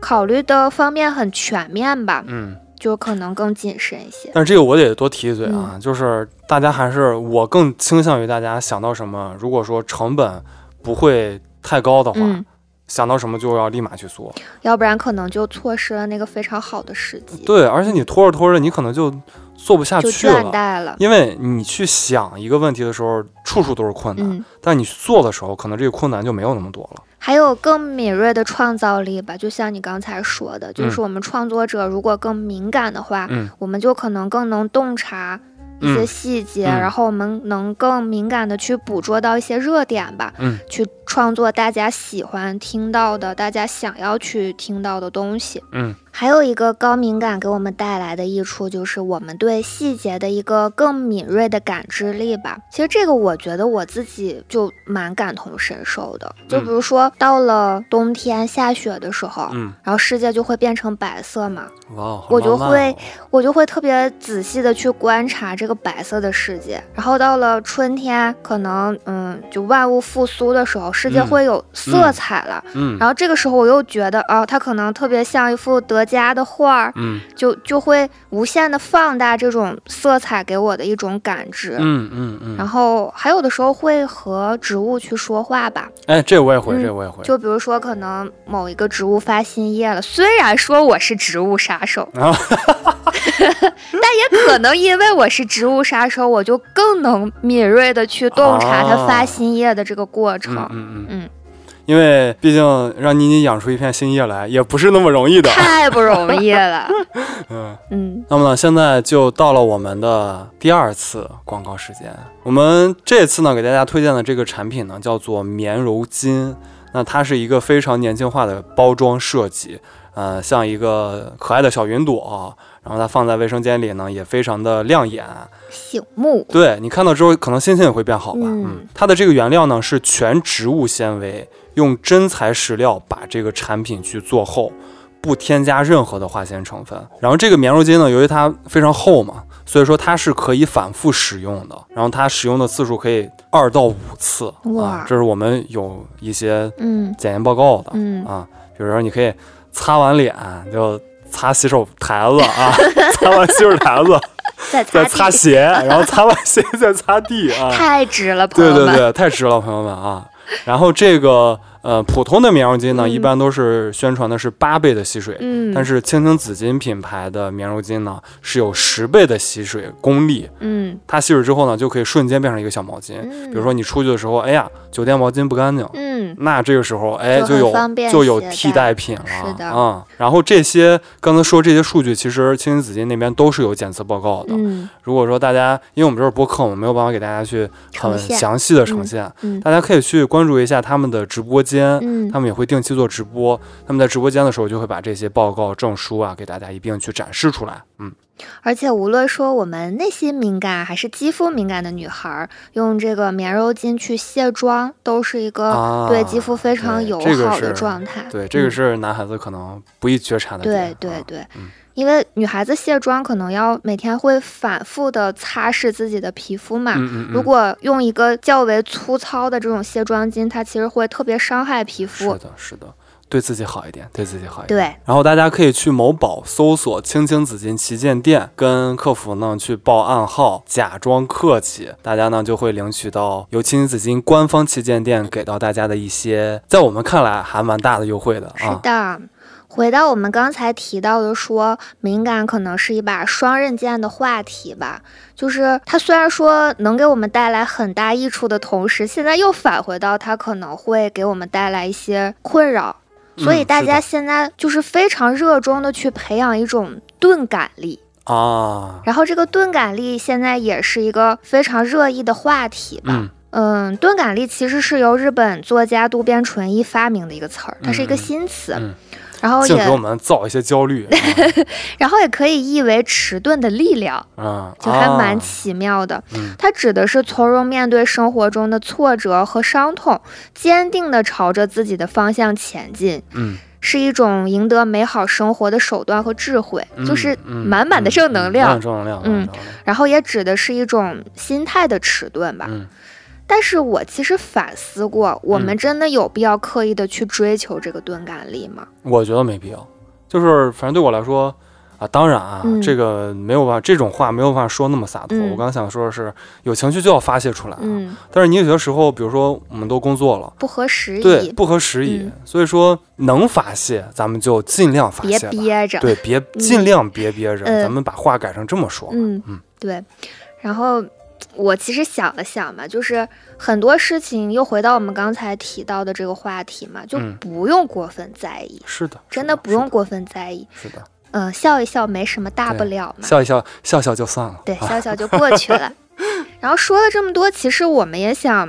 Speaker 2: 考虑的方面很全面吧，
Speaker 1: 嗯，
Speaker 2: 就可能更谨慎一些。
Speaker 1: 但是这个我得多提一嘴
Speaker 2: 嗯
Speaker 1: 啊，就是大家还是我更倾向于大家想到什么，如果说成本不会太高的话，
Speaker 2: 嗯，
Speaker 1: 想到什么就要立马去做。
Speaker 2: 要不然可能就错失了那个非常好的时机，
Speaker 1: 对，而且你拖着拖着，你可能就做不下
Speaker 2: 就
Speaker 1: 去
Speaker 2: 倦
Speaker 1: 了。
Speaker 2: 怠了。
Speaker 1: 因为你去想一个问题的时候，处处都是困难，
Speaker 2: 嗯，
Speaker 1: 但你做的时候，可能这个困难就没有那么多了。
Speaker 2: 还有更敏锐的创造力吧，就像你刚才说的，就
Speaker 1: 嗯
Speaker 2: 是我们创作者如果更敏感的话，
Speaker 1: 嗯
Speaker 2: 我们就可能更能洞察一些
Speaker 1: 嗯
Speaker 2: 细节，
Speaker 1: 嗯
Speaker 2: 然后我们能更敏感的去捕捉到一些热点吧，
Speaker 1: 嗯
Speaker 2: 去创作大家喜欢听到的、大家想要去听到的东西。
Speaker 1: 嗯
Speaker 2: 还有一个高敏感给我们带来的益处，就是我们对细节的一个更敏锐的感知力吧。其实这个我觉得我自己就蛮感同身受的。就比如说到了冬天下雪的时候，
Speaker 1: 嗯，
Speaker 2: 然后世界就会变成白色嘛，
Speaker 1: 哇，好
Speaker 2: 我
Speaker 1: 浪
Speaker 2: 就
Speaker 1: 漫
Speaker 2: 会
Speaker 1: 哦
Speaker 2: 我就会特别仔细的去观察这个白色的世界。然后到了春天，可能嗯，就万物复苏的时候，世界
Speaker 1: 嗯
Speaker 2: 会有色
Speaker 1: 嗯
Speaker 2: 彩了。
Speaker 1: 嗯
Speaker 2: 然后这个时候我又觉得，哦，它可能特别像一幅德加的画儿，
Speaker 1: 嗯
Speaker 2: 就就会无限的放大这种色彩给我的一种感知。
Speaker 1: 嗯嗯嗯，
Speaker 2: 然后还有的时候会和植物去说话吧，
Speaker 1: 哎，这我也会，这
Speaker 2: 嗯
Speaker 1: 我也会。
Speaker 2: 就比如说可能某一个植物发新叶了，虽然说我是植物杀手，
Speaker 1: 啊
Speaker 2: 但也可能因为我是植物杀手，我就更能敏锐的去洞察它发
Speaker 1: 啊
Speaker 2: 新叶的这个过程。
Speaker 1: 嗯嗯嗯
Speaker 2: 嗯，
Speaker 1: 因为毕竟让妮妮养出一片新叶来也不是那么容易的。
Speaker 2: 太不容 易了，
Speaker 1: 嗯，
Speaker 2: 嗯，
Speaker 1: 那么呢，现在就到了我们的第二次广告时间。我们这次呢，给大家推荐的这个产品呢，叫做棉柔巾。那它是一个非常年轻化的包装设计，呃，像一个可爱的小云朵、然后它放在卫生间里呢，也非常的亮眼。
Speaker 2: 醒目，
Speaker 1: 对你看到之后，可能心情也会变好吧。
Speaker 2: 嗯
Speaker 1: 嗯，它的这个原料呢是全植物纤维，用真材实料把这个产品去做厚，不添加任何的化纤成分。然后这个棉柔巾呢，由于它非常厚嘛，所以说它是可以反复使用的。然后它使用的次数可以二到五次。
Speaker 2: 哇
Speaker 1: 啊，这是我们有一些
Speaker 2: 嗯
Speaker 1: 检验报告的。
Speaker 2: 嗯，
Speaker 1: 啊，比如说你可以擦完脸就擦洗手台子 啊，擦完洗手台子
Speaker 2: 再
Speaker 1: 再
Speaker 2: 擦
Speaker 1: 擦
Speaker 2: 地
Speaker 1: 鞋，然后擦完鞋再擦地啊。
Speaker 2: 太值了，朋
Speaker 1: 对
Speaker 2: 友
Speaker 1: 对
Speaker 2: 们。
Speaker 1: 对，太值了，朋友们啊！然后这个呃，普通的棉柔巾呢，
Speaker 2: 嗯
Speaker 1: 一般都是宣传的是八倍的吸水，
Speaker 2: 嗯，
Speaker 1: 但是青青紫金品牌的棉柔巾呢，是有十倍的吸水功力。
Speaker 2: 嗯，
Speaker 1: 它吸水之后呢，就可以瞬间变成一个小毛巾。
Speaker 2: 嗯
Speaker 1: 比如说你出去的时候，哎呀，酒店毛巾不干净，
Speaker 2: 嗯
Speaker 1: 那这个时候，哎，
Speaker 2: 就
Speaker 1: 就
Speaker 2: 很
Speaker 1: 有
Speaker 2: 方便
Speaker 1: 就有
Speaker 2: 携
Speaker 1: 替
Speaker 2: 带
Speaker 1: 代品了，
Speaker 2: 是的
Speaker 1: 啊、然后这些刚才说这些数据，其实青青紫金那边都是有检测报告的。
Speaker 2: 嗯
Speaker 1: 如果说大家，因为我们这是播客，我们没有办法给大家去很
Speaker 2: 呈现
Speaker 1: 详细的呈现，
Speaker 2: 嗯
Speaker 1: 大家可以去关注一下他们的直播间，
Speaker 2: 嗯
Speaker 1: 他们也会定期做直播。他们在直播间的时候就会把这些报告、证书啊给大家一并去展示出来。嗯，
Speaker 2: 而且无论说我们内心敏感还是肌肤敏感的女孩儿，用这个棉柔巾去卸妆，都是一个
Speaker 1: 啊，
Speaker 2: 对肌肤非常友
Speaker 1: 这个
Speaker 2: 好的
Speaker 1: 是
Speaker 2: 状态。
Speaker 1: 对，这个
Speaker 2: 嗯
Speaker 1: 是男孩子可能不易觉察的
Speaker 2: 对
Speaker 1: 点。
Speaker 2: 对
Speaker 1: 啊
Speaker 2: 对
Speaker 1: 嗯，
Speaker 2: 因为女孩子卸妆可能要每天会反复的擦拭自己的皮肤嘛。
Speaker 1: 嗯嗯嗯，
Speaker 2: 如果用一个较为粗糙的这种卸妆巾，它其实会特别伤害皮
Speaker 1: 是
Speaker 2: 肤。
Speaker 1: 的，是的。对自己好一点，对自己好一点。
Speaker 2: 对，
Speaker 1: 然后大家可以去某宝搜索“青青紫金旗舰店”，跟客服呢去报暗号，假装客气，大家呢就会领取到由青青紫金官方旗舰店给到大家的一些，在我们看来还蛮大的优惠的
Speaker 2: 是
Speaker 1: 啊。
Speaker 2: 的。回到我们刚才提到的说，敏感可能是一把双刃剑的话题吧。就是它虽然说能给我们带来很大益处的同时，现在又返回到它可能会给我们带来一些困扰。所以
Speaker 1: 嗯
Speaker 2: 大
Speaker 1: 是
Speaker 2: 家
Speaker 1: 的
Speaker 2: 现在就是非常热衷的去培养一种钝感力，
Speaker 1: 啊，
Speaker 2: 然后这个钝感力现在也是一个非常热议的话题吧。
Speaker 1: 嗯
Speaker 2: 嗯，钝感力其实是由日本作家渡边淳一发明的一个词儿，它是一
Speaker 1: 嗯
Speaker 2: 个
Speaker 1: 嗯
Speaker 2: 新词，
Speaker 1: 嗯
Speaker 2: 然后
Speaker 1: 净给我
Speaker 2: 哦也
Speaker 1: 们造一些焦虑，
Speaker 2: 然后也可以译为迟钝的力量，
Speaker 1: 啊，
Speaker 2: 就还
Speaker 1: 啊
Speaker 2: 蛮奇妙的。
Speaker 1: 嗯
Speaker 2: 它指的是从容面对生活中的挫折和伤痛，坚定地朝着自己的方向前进，
Speaker 1: 嗯，
Speaker 2: 是一种赢得美好生活的手段和智慧，就是
Speaker 1: 嗯
Speaker 2: 满满的
Speaker 1: 嗯
Speaker 2: 正
Speaker 1: 嗯
Speaker 2: 能
Speaker 1: 满
Speaker 2: 量
Speaker 1: 满。正能量，
Speaker 2: 嗯
Speaker 1: 满满正能量
Speaker 2: 然后也指的是一种心态的迟钝吧。
Speaker 1: 嗯
Speaker 2: 但是我其实反思过，我们真的有必要刻意的去追求这个钝感力吗？
Speaker 1: 我觉得没必要，就是反正对我来说啊，当然啊，
Speaker 2: 嗯
Speaker 1: 这个没有办法，这种话没有办法说那么洒脱。
Speaker 2: 嗯
Speaker 1: 我刚想说的是，有情绪就要发泄出来啊，
Speaker 2: 嗯，
Speaker 1: 但是你有些时候，比如说我们都工作了，
Speaker 2: 不合时
Speaker 1: 对，
Speaker 2: 宜，
Speaker 1: 不合时宜，
Speaker 2: 嗯
Speaker 1: 所以说能发泄咱们就尽量发
Speaker 2: 别
Speaker 1: 泄吧，
Speaker 2: 憋着。
Speaker 1: 对，别尽量别憋着，
Speaker 2: 嗯
Speaker 1: 咱们把话改成这么说吧，
Speaker 2: 嗯
Speaker 1: 嗯，
Speaker 2: 对。然后我其实想了想嘛，就是很多事情又回到我们刚才提到的这个话题嘛，就
Speaker 1: 嗯
Speaker 2: 不用过分在意，
Speaker 1: 是的，
Speaker 2: 真
Speaker 1: 是
Speaker 2: 的
Speaker 1: 的
Speaker 2: 不用，过分在意。
Speaker 1: 是的，
Speaker 2: 嗯、笑一笑没什么大不
Speaker 1: 对
Speaker 2: 了
Speaker 1: 是的
Speaker 2: 嘛。
Speaker 1: 笑一笑，笑笑就算了，
Speaker 2: 对，笑笑就过去了。然后说了这么多，其实我们也想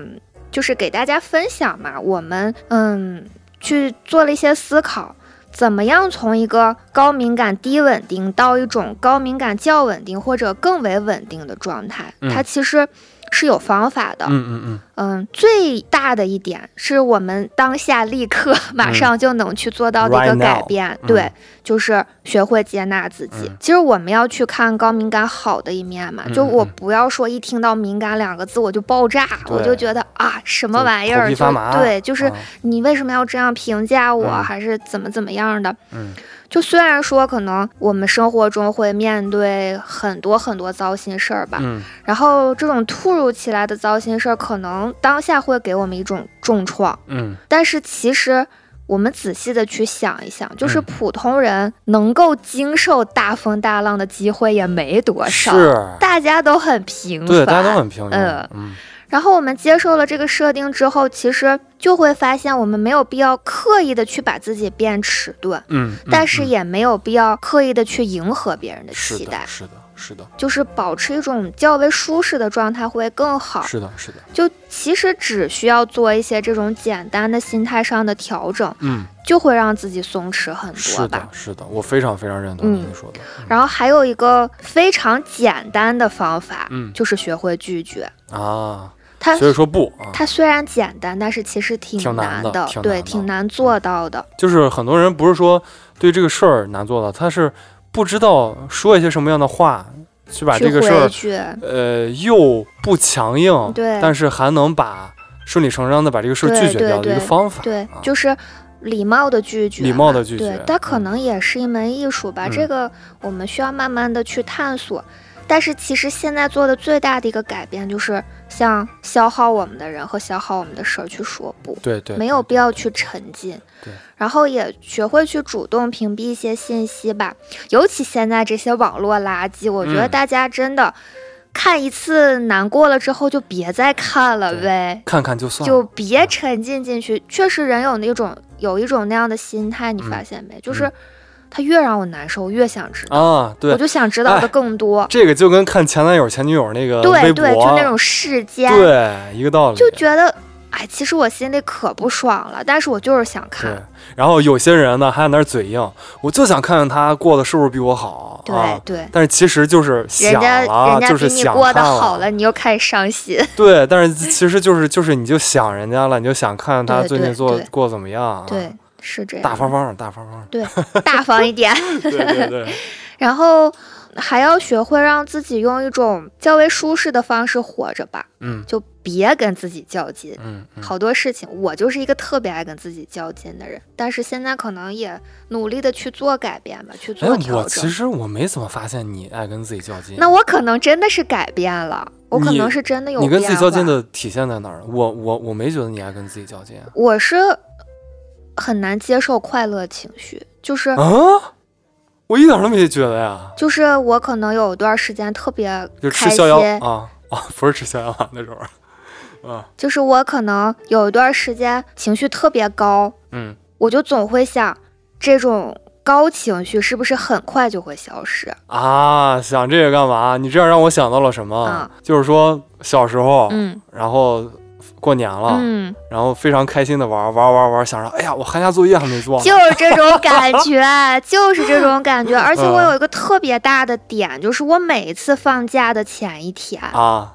Speaker 2: 就是给大家分享嘛，我们嗯去做了一些思考，怎么样从一个高敏感低稳定到一种高敏感较稳定或者更为稳定的状态，
Speaker 1: 嗯
Speaker 2: 它其实是有方法的。
Speaker 1: 嗯嗯嗯，
Speaker 2: 嗯，最大的一点是我们当下立刻马上就能去做到的
Speaker 1: 嗯
Speaker 2: 一
Speaker 1: Right
Speaker 2: 个改
Speaker 1: now，
Speaker 2: 变，
Speaker 1: 嗯
Speaker 2: 对，就是学会接纳自己。
Speaker 1: 嗯
Speaker 2: 其实我们要去看高敏感好的一面嘛，
Speaker 1: 嗯
Speaker 2: 就
Speaker 1: 嗯
Speaker 2: 我
Speaker 1: 嗯
Speaker 2: 不要说一听到敏感两个字我就爆炸，我
Speaker 1: 对
Speaker 2: 就觉得啊什么
Speaker 1: 就
Speaker 2: 玩意
Speaker 1: 头
Speaker 2: 儿，
Speaker 1: 皮
Speaker 2: 就
Speaker 1: 发麻
Speaker 2: 对，就是
Speaker 1: 啊
Speaker 2: 你为什么要这样评价我，
Speaker 1: 嗯
Speaker 2: 还是怎么怎么样的？
Speaker 1: 嗯
Speaker 2: 就虽然说可能我们生活中会面对很多很多糟心事儿吧，
Speaker 1: 嗯，
Speaker 2: 然后这种突如其来的糟心事儿，可能当下会给我们一种重创，
Speaker 1: 嗯
Speaker 2: 但是其实我们仔细的去想一想，就是
Speaker 1: 嗯
Speaker 2: 普通人能够经受大风大浪的机会也没多
Speaker 1: 嗯，
Speaker 2: 少，
Speaker 1: 是。
Speaker 2: 大家都很平凡，
Speaker 1: 对，大家都很平庸。
Speaker 2: 嗯
Speaker 1: 嗯
Speaker 2: 然后我们接受了这个设定之后，其实就会发现我们没有必要刻意的去把自己变迟钝，
Speaker 1: 嗯，
Speaker 2: 但是
Speaker 1: 嗯
Speaker 2: 也没有必要刻意的去迎合别人的
Speaker 1: 是
Speaker 2: 期
Speaker 1: 的，
Speaker 2: 待，
Speaker 1: 是的，是的，
Speaker 2: 就是保持一种较为舒适的状态会更好。
Speaker 1: 是的，是的，
Speaker 2: 就其实只需要做一些这种简单的心态上的调整，
Speaker 1: 嗯，
Speaker 2: 就会让自己松弛很
Speaker 1: 是
Speaker 2: 多嗯吧
Speaker 1: 的，。是的，我非常非常认同
Speaker 2: 嗯
Speaker 1: 你说的。
Speaker 2: 然后还有一个非常简单的方法，
Speaker 1: 嗯
Speaker 2: 就是学会拒绝。
Speaker 1: 啊，
Speaker 2: 它
Speaker 1: 所以说不啊，
Speaker 2: 它虽然简单，但是其实挺
Speaker 1: 挺
Speaker 2: 难
Speaker 1: 难的挺
Speaker 2: 对，
Speaker 1: 难的嗯
Speaker 2: 挺难做到的。
Speaker 1: 就是很多人不是说对这个事儿难做到，他是不知道说一些什么样的话去把
Speaker 2: 去
Speaker 1: 这个事
Speaker 2: 回
Speaker 1: 儿，
Speaker 2: 去，
Speaker 1: 呃，又不强硬，
Speaker 2: 对
Speaker 1: 但是还能把顺理成章的把这个事儿
Speaker 2: 对
Speaker 1: 拒绝
Speaker 2: 对
Speaker 1: 掉的一个
Speaker 2: 对
Speaker 1: 方法。
Speaker 2: 对
Speaker 1: 啊，
Speaker 2: 就是礼貌的拒绝嘛，
Speaker 1: 礼貌地拒
Speaker 2: 对
Speaker 1: 绝，
Speaker 2: 但可
Speaker 1: 嗯
Speaker 2: 能也是一门艺术吧，
Speaker 1: 嗯
Speaker 2: 这个我们需要慢慢的去探索。但是其实现在做的最大的一个改变，就是向消耗我们的人和消耗我们的事儿去说不，
Speaker 1: 对对，
Speaker 2: 没有必要去沉浸
Speaker 1: 对。
Speaker 2: 然后也学会去主动屏蔽一些信息吧，尤其现在这些网络垃圾，我觉得
Speaker 1: 嗯
Speaker 2: 大家真的看一次难过了之后就别再看了
Speaker 1: 对
Speaker 2: 呗。
Speaker 1: 看看就算
Speaker 2: 就
Speaker 1: 了。
Speaker 2: 别沉浸进去。确实，人有那种有一种那样的心态，你发现没？就是他越让我难受，越想知道，
Speaker 1: 嗯啊，
Speaker 2: 我
Speaker 1: 对，
Speaker 2: 就想知道的
Speaker 1: 哎
Speaker 2: 更多。
Speaker 1: 这个就跟看前男友前女友那个微
Speaker 2: 对
Speaker 1: 博，
Speaker 2: 对，就那种世间，
Speaker 1: 对一个道理。
Speaker 2: 就觉得哎，其实我心里可不爽了，但是我就是想
Speaker 1: 对
Speaker 2: 看。，
Speaker 1: 然后有些人呢还在那儿嘴硬，我就想看看他过得是不是比我好
Speaker 2: 对、
Speaker 1: 啊。
Speaker 2: 对。
Speaker 1: 但是其实就是
Speaker 2: 人
Speaker 1: 想
Speaker 2: 家
Speaker 1: 了，
Speaker 2: 人家
Speaker 1: 就是
Speaker 2: 比你
Speaker 1: 想
Speaker 2: 过得
Speaker 1: 看啊
Speaker 2: 好了，你又开始伤心。
Speaker 1: 对，但是其实就是就是你就想人家了，你就想看看他
Speaker 2: 对
Speaker 1: 最
Speaker 2: 对
Speaker 1: 近做
Speaker 2: 对
Speaker 1: 过得怎么样啊。
Speaker 2: 对，是这样。
Speaker 1: 大方方的，大方方的。
Speaker 2: 对，大方一点。
Speaker 1: 对对对，
Speaker 2: 然后，还要学会让自己用一种较为舒适的方式活着吧，
Speaker 1: 嗯
Speaker 2: 就别跟自己较劲。
Speaker 1: 嗯嗯
Speaker 2: 好多事情，我就是一个特别爱跟自己较劲的人，但是现在可能也努力的去做改变吧，去
Speaker 1: 哎
Speaker 2: 做，调
Speaker 1: 我其
Speaker 2: 整。
Speaker 1: 实我没怎么发现你爱跟自己较劲。
Speaker 2: 那我可能真的是改变了，我可
Speaker 1: 你
Speaker 2: 能是真的有
Speaker 1: 你
Speaker 2: 变化。
Speaker 1: 跟自己较劲的体现在哪儿？我我我没觉得你爱跟自己较劲啊。
Speaker 2: 我是很难接受快乐情绪，就是、
Speaker 1: 啊，我一点儿都没觉得呀，
Speaker 2: 就是我可能有段时间特别
Speaker 1: 就吃
Speaker 2: 开
Speaker 1: 逍
Speaker 2: 心，
Speaker 1: 遥啊啊，不是吃逍遥丸的时候，
Speaker 2: 就是我可能有一段时间情绪特别高，
Speaker 1: 嗯
Speaker 2: 我就总会想，这种高情绪是不是很快就会消失？
Speaker 1: 啊，想这个干嘛？你这样让我想到了什么？
Speaker 2: 啊
Speaker 1: 就是说小时候，
Speaker 2: 嗯
Speaker 1: 然后过年了，
Speaker 2: 嗯，
Speaker 1: 然后非常开心的玩玩玩玩，想着哎呀，我寒假作业还没做呢，
Speaker 2: 就是这种感觉，就是这种感觉。而且我有一个特别大的点，就是我每一次放假的前一天，
Speaker 1: 啊，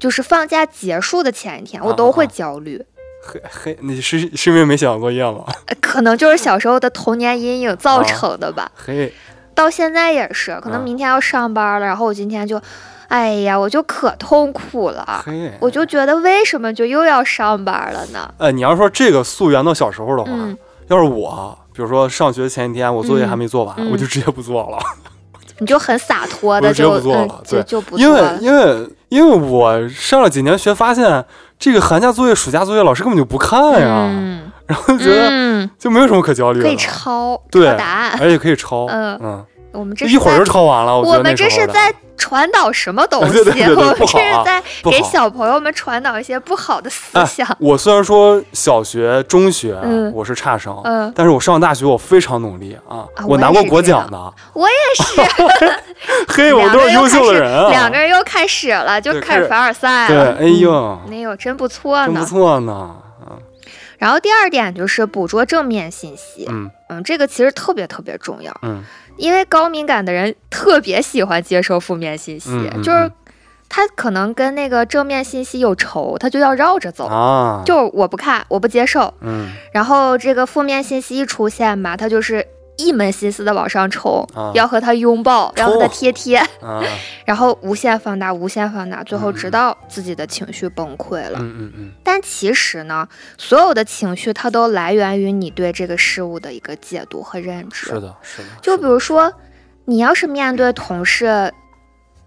Speaker 2: 就是放假结束的前一天，我都会焦虑。
Speaker 1: 嘿嘿，你是是因为没写完作业 吗？
Speaker 2: 呃可能就是小时候的童年阴影造成的吧，
Speaker 1: 嘿，
Speaker 2: 到现在也是。可能明天要上班了，然后我今天就，哎呀，我就可痛 苦了，
Speaker 1: 嘿，
Speaker 2: 啊我就觉得为什么就又要上班了呢？
Speaker 1: 呃，你要说这个溯源到小时候的话，
Speaker 2: 嗯，
Speaker 1: 要是我，比如说上学前一天我作业还没做完，
Speaker 2: 嗯嗯
Speaker 1: 我就直接不做了，
Speaker 2: 你就很洒脱
Speaker 1: 我
Speaker 2: 的
Speaker 1: 就
Speaker 2: 就
Speaker 1: 直接不做了
Speaker 2: 嗯就
Speaker 1: 对
Speaker 2: 就不
Speaker 1: 因
Speaker 2: 做
Speaker 1: 为
Speaker 2: 了。
Speaker 1: 因为因为我上了几年学，发现这个寒假作业、暑假作业老师根本就不看呀，
Speaker 2: 嗯，
Speaker 1: 然后啊就觉得
Speaker 2: 嗯
Speaker 1: 就没有什么可焦虑的，
Speaker 2: 可以抄
Speaker 1: 对
Speaker 2: 抄答案。
Speaker 1: 而且可以抄，
Speaker 2: 嗯
Speaker 1: 嗯，
Speaker 2: 我们这是
Speaker 1: 一会儿就
Speaker 2: 在
Speaker 1: 抄完了，
Speaker 2: 我
Speaker 1: 觉得
Speaker 2: 们
Speaker 1: 那时
Speaker 2: 这
Speaker 1: 候
Speaker 2: 是
Speaker 1: 的
Speaker 2: 在传导什么东西？
Speaker 1: 对对对对
Speaker 2: 我们
Speaker 1: 不
Speaker 2: 这
Speaker 1: 好啊
Speaker 2: 是在
Speaker 1: 不
Speaker 2: 给
Speaker 1: 好。哎
Speaker 2: 小朋友们传导一些不好的思想。
Speaker 1: 我虽然说小学、中学、啊
Speaker 2: 嗯
Speaker 1: 我是差生，
Speaker 2: 嗯
Speaker 1: 但是我上大学我非常努力啊，
Speaker 2: 啊
Speaker 1: 我
Speaker 2: 我
Speaker 1: 拿
Speaker 2: 也
Speaker 1: 过
Speaker 2: 是
Speaker 1: 国
Speaker 2: 这样
Speaker 1: 奖的，
Speaker 2: 我也是，
Speaker 1: 嘿，我
Speaker 2: 两
Speaker 1: 都
Speaker 2: 个
Speaker 1: 是
Speaker 2: 人又
Speaker 1: 优
Speaker 2: 开
Speaker 1: 秀的
Speaker 2: 始
Speaker 1: 人啊，
Speaker 2: 两个人又开始了，就
Speaker 1: 对
Speaker 2: 开
Speaker 1: 开始
Speaker 2: 始凡尔赛
Speaker 1: 对，
Speaker 2: 了。
Speaker 1: 哎呦，
Speaker 2: 哎呦，真不错
Speaker 1: 真不
Speaker 2: 呢。
Speaker 1: 错呢，嗯
Speaker 2: 然后第二点就是捕捉正面信息，
Speaker 1: 嗯
Speaker 2: 嗯，这个其实特别特别重要，
Speaker 1: 嗯
Speaker 2: 因为高敏感的人特别喜欢接收负面信息，
Speaker 1: 嗯嗯
Speaker 2: 就是
Speaker 1: 嗯
Speaker 2: 他可能跟那个正面信息有仇，他就要绕着走，
Speaker 1: 啊，
Speaker 2: 就我不看，我不接受，
Speaker 1: 嗯
Speaker 2: 然后这个负面信息一出现吧，他就是一门心思的往上冲，
Speaker 1: 啊
Speaker 2: 要和他拥抱，然后和他贴贴，
Speaker 1: 啊，
Speaker 2: 然后无限放大，无限放大，最后
Speaker 1: 嗯
Speaker 2: 直到自己的情绪崩溃了。
Speaker 1: 嗯嗯嗯，
Speaker 2: 但其实呢，所有的情绪它都来源于你对这个事物的一个解读和认知。
Speaker 1: 是的，是的，
Speaker 2: 就是比
Speaker 1: 的
Speaker 2: 如说，你要是面对同事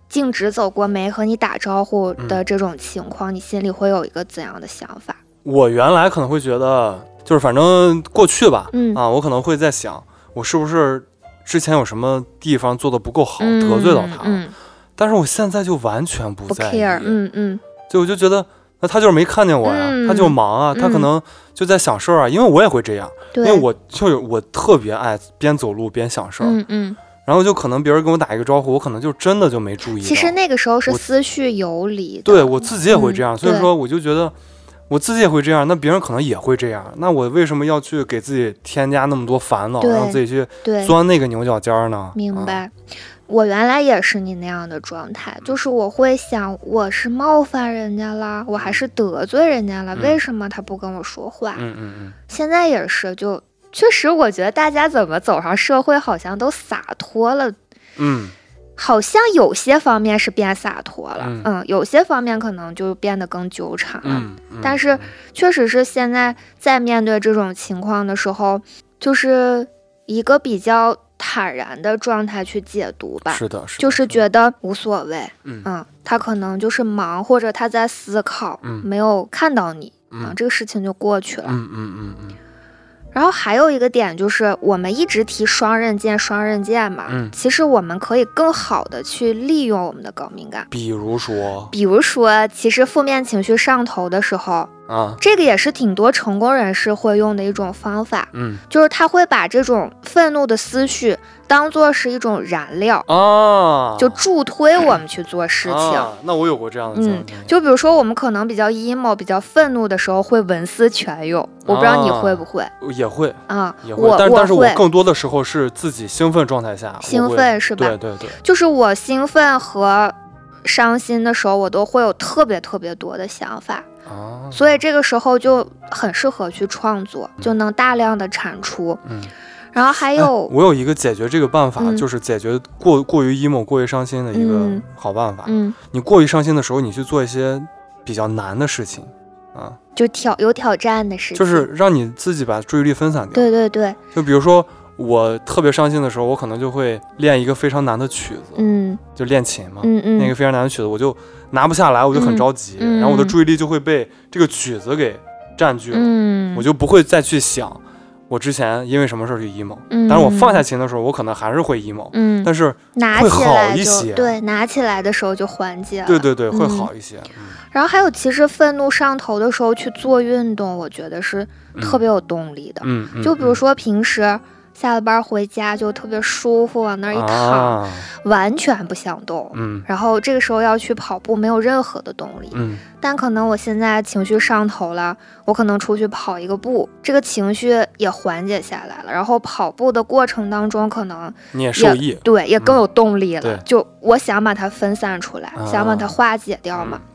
Speaker 2: 径直走过没和你打招呼
Speaker 1: 嗯
Speaker 2: 的这种情况，你心里会有一个怎样的想法？
Speaker 1: 我原来可能会觉得，就是反正过去吧，
Speaker 2: 嗯
Speaker 1: 啊，我可能会在想，我是不是之前有什么地方做的不够好，
Speaker 2: 嗯
Speaker 1: 得罪到他了，
Speaker 2: 嗯，
Speaker 1: 但是我现在就完全不
Speaker 2: 不
Speaker 1: 在
Speaker 2: care，
Speaker 1: 意，
Speaker 2: 嗯嗯
Speaker 1: 就我就觉得。那他就是没看见我呀，
Speaker 2: 嗯
Speaker 1: 他就忙啊，他可
Speaker 2: 嗯
Speaker 1: 能就在想事儿啊，因为我也会这样，因
Speaker 2: 对，
Speaker 1: 为我就是我特别爱边走路边想事儿，
Speaker 2: 嗯嗯。
Speaker 1: 然后就可能别人跟我打一个招呼，我可能就真的就没注意到。
Speaker 2: 其实那个时候是
Speaker 1: 我
Speaker 2: 思绪游离的，
Speaker 1: 对我自己也会这样，
Speaker 2: 嗯
Speaker 1: 所以
Speaker 2: 对
Speaker 1: 说我就觉得我自己也会这样，那别人可能也会这样，那我为什么要去给自己添加那么多烦恼，
Speaker 2: 对
Speaker 1: 让自己去
Speaker 2: 对
Speaker 1: 钻那个牛角尖儿呢？
Speaker 2: 明
Speaker 1: 啊。
Speaker 2: 白。我原来也是你那样的状
Speaker 1: 嗯
Speaker 2: 态，就是我会想，我是冒犯人家了，我还是得罪人家了，
Speaker 1: 嗯
Speaker 2: 为什么他不跟我说话？
Speaker 1: 嗯嗯嗯，
Speaker 2: 现在也是，就确实我觉得大家怎么走上社会，好像都洒脱了，
Speaker 1: 嗯，
Speaker 2: 好像有些方面是变洒脱了，
Speaker 1: 嗯
Speaker 2: 嗯有些方面可能就变得更纠缠了。
Speaker 1: 嗯，嗯
Speaker 2: 但是确实是现在在面对这种情况的时候，就是一个比较坦然的状态去解读吧，
Speaker 1: 是的，是的
Speaker 2: 就是
Speaker 1: 的
Speaker 2: 觉得无所谓，
Speaker 1: 嗯
Speaker 2: 他可能就是忙或者他在思考，
Speaker 1: 嗯
Speaker 2: 没有看到你，
Speaker 1: 嗯
Speaker 2: 这个事情就过去了。
Speaker 1: 嗯嗯嗯嗯
Speaker 2: 然后还有一个点就是，我们一直提双刃剑，双刃剑嘛，
Speaker 1: 嗯
Speaker 2: 其实我们可以更好的去利用我们的高敏感。
Speaker 1: 比如说
Speaker 2: 比如说，其实负面情绪上头的时候，
Speaker 1: 啊，
Speaker 2: 这个也是挺多成功人士会用的一种方法，
Speaker 1: 嗯
Speaker 2: 就是他会把这种愤怒的思绪当做是一种燃料，
Speaker 1: 啊，
Speaker 2: 就助推我们去做事情。
Speaker 1: 啊那我有过这样的
Speaker 2: 嗯
Speaker 1: 经历，，
Speaker 2: 就比如说我们可能比较 emo、比较愤怒的时候会文思泉涌，我不知道你会不会
Speaker 1: 也会
Speaker 2: 啊？
Speaker 1: 哦也会
Speaker 2: 我，
Speaker 1: 但但是我
Speaker 2: 会，
Speaker 1: 更多的时候是自己兴奋状态下，我
Speaker 2: 兴
Speaker 1: 会
Speaker 2: 奋是吧
Speaker 1: 对对对，
Speaker 2: 就是我兴奋和伤心的时候，我都会有特别特别多的想法，
Speaker 1: 啊，
Speaker 2: 所以这个时候就很适合去创作，就能大量的产出。
Speaker 1: 嗯
Speaker 2: 然后还
Speaker 1: 哎
Speaker 2: 有，
Speaker 1: 我有一个解决这个办法，
Speaker 2: 嗯
Speaker 1: 就是解决过过于 emo、过于伤心的一个
Speaker 2: 嗯
Speaker 1: 好办法。
Speaker 2: 嗯，
Speaker 1: 你过于伤心的时候，你去做一些比较难的事情啊，
Speaker 2: 就挑有挑战的事情，
Speaker 1: 就是让你自己把注意力分散掉。
Speaker 2: 对对对，
Speaker 1: 就比如说我特别伤心的时候，我可能就会练一个非常难的曲子，
Speaker 2: 嗯
Speaker 1: 就练琴嘛。
Speaker 2: 嗯嗯，
Speaker 1: 啊那个非常难的曲子，我就拿不下来，我就很着急，
Speaker 2: 嗯嗯
Speaker 1: 然后我的注意力就会被这个曲子给占据了，
Speaker 2: 嗯，
Speaker 1: 我就不会再去想我之前因为什么事儿去 emo。
Speaker 2: 嗯，
Speaker 1: 但是我放下琴的时候，我可能还是会 emo，、
Speaker 2: 嗯，
Speaker 1: 但是
Speaker 2: 拿
Speaker 1: 会
Speaker 2: 起
Speaker 1: 好
Speaker 2: 来
Speaker 1: 一
Speaker 2: 就
Speaker 1: 些啊
Speaker 2: 对，拿起来的时候就缓解了。
Speaker 1: 对对对，会
Speaker 2: 嗯
Speaker 1: 好一些。嗯
Speaker 2: 然后还有，其实愤怒上头的时候去做运动，我觉得是特别有动力的。
Speaker 1: 嗯，嗯
Speaker 2: 就比如说平时下了班回家就特别舒服，往那儿一躺，，
Speaker 1: 啊
Speaker 2: 完全不想动。
Speaker 1: 嗯
Speaker 2: 然后这个时候要去跑步，没有任何的动力。
Speaker 1: 嗯
Speaker 2: 但可能我现在情绪上头了，我可能出去跑一个步，这个情绪也缓解下来了。然后跑步的过程当中，可能
Speaker 1: 你也受益，
Speaker 2: 对，也更
Speaker 1: 嗯
Speaker 2: 有动力了。
Speaker 1: 对
Speaker 2: 就我想把它分散出来，想把它
Speaker 1: 啊
Speaker 2: 化解掉嘛。
Speaker 1: 嗯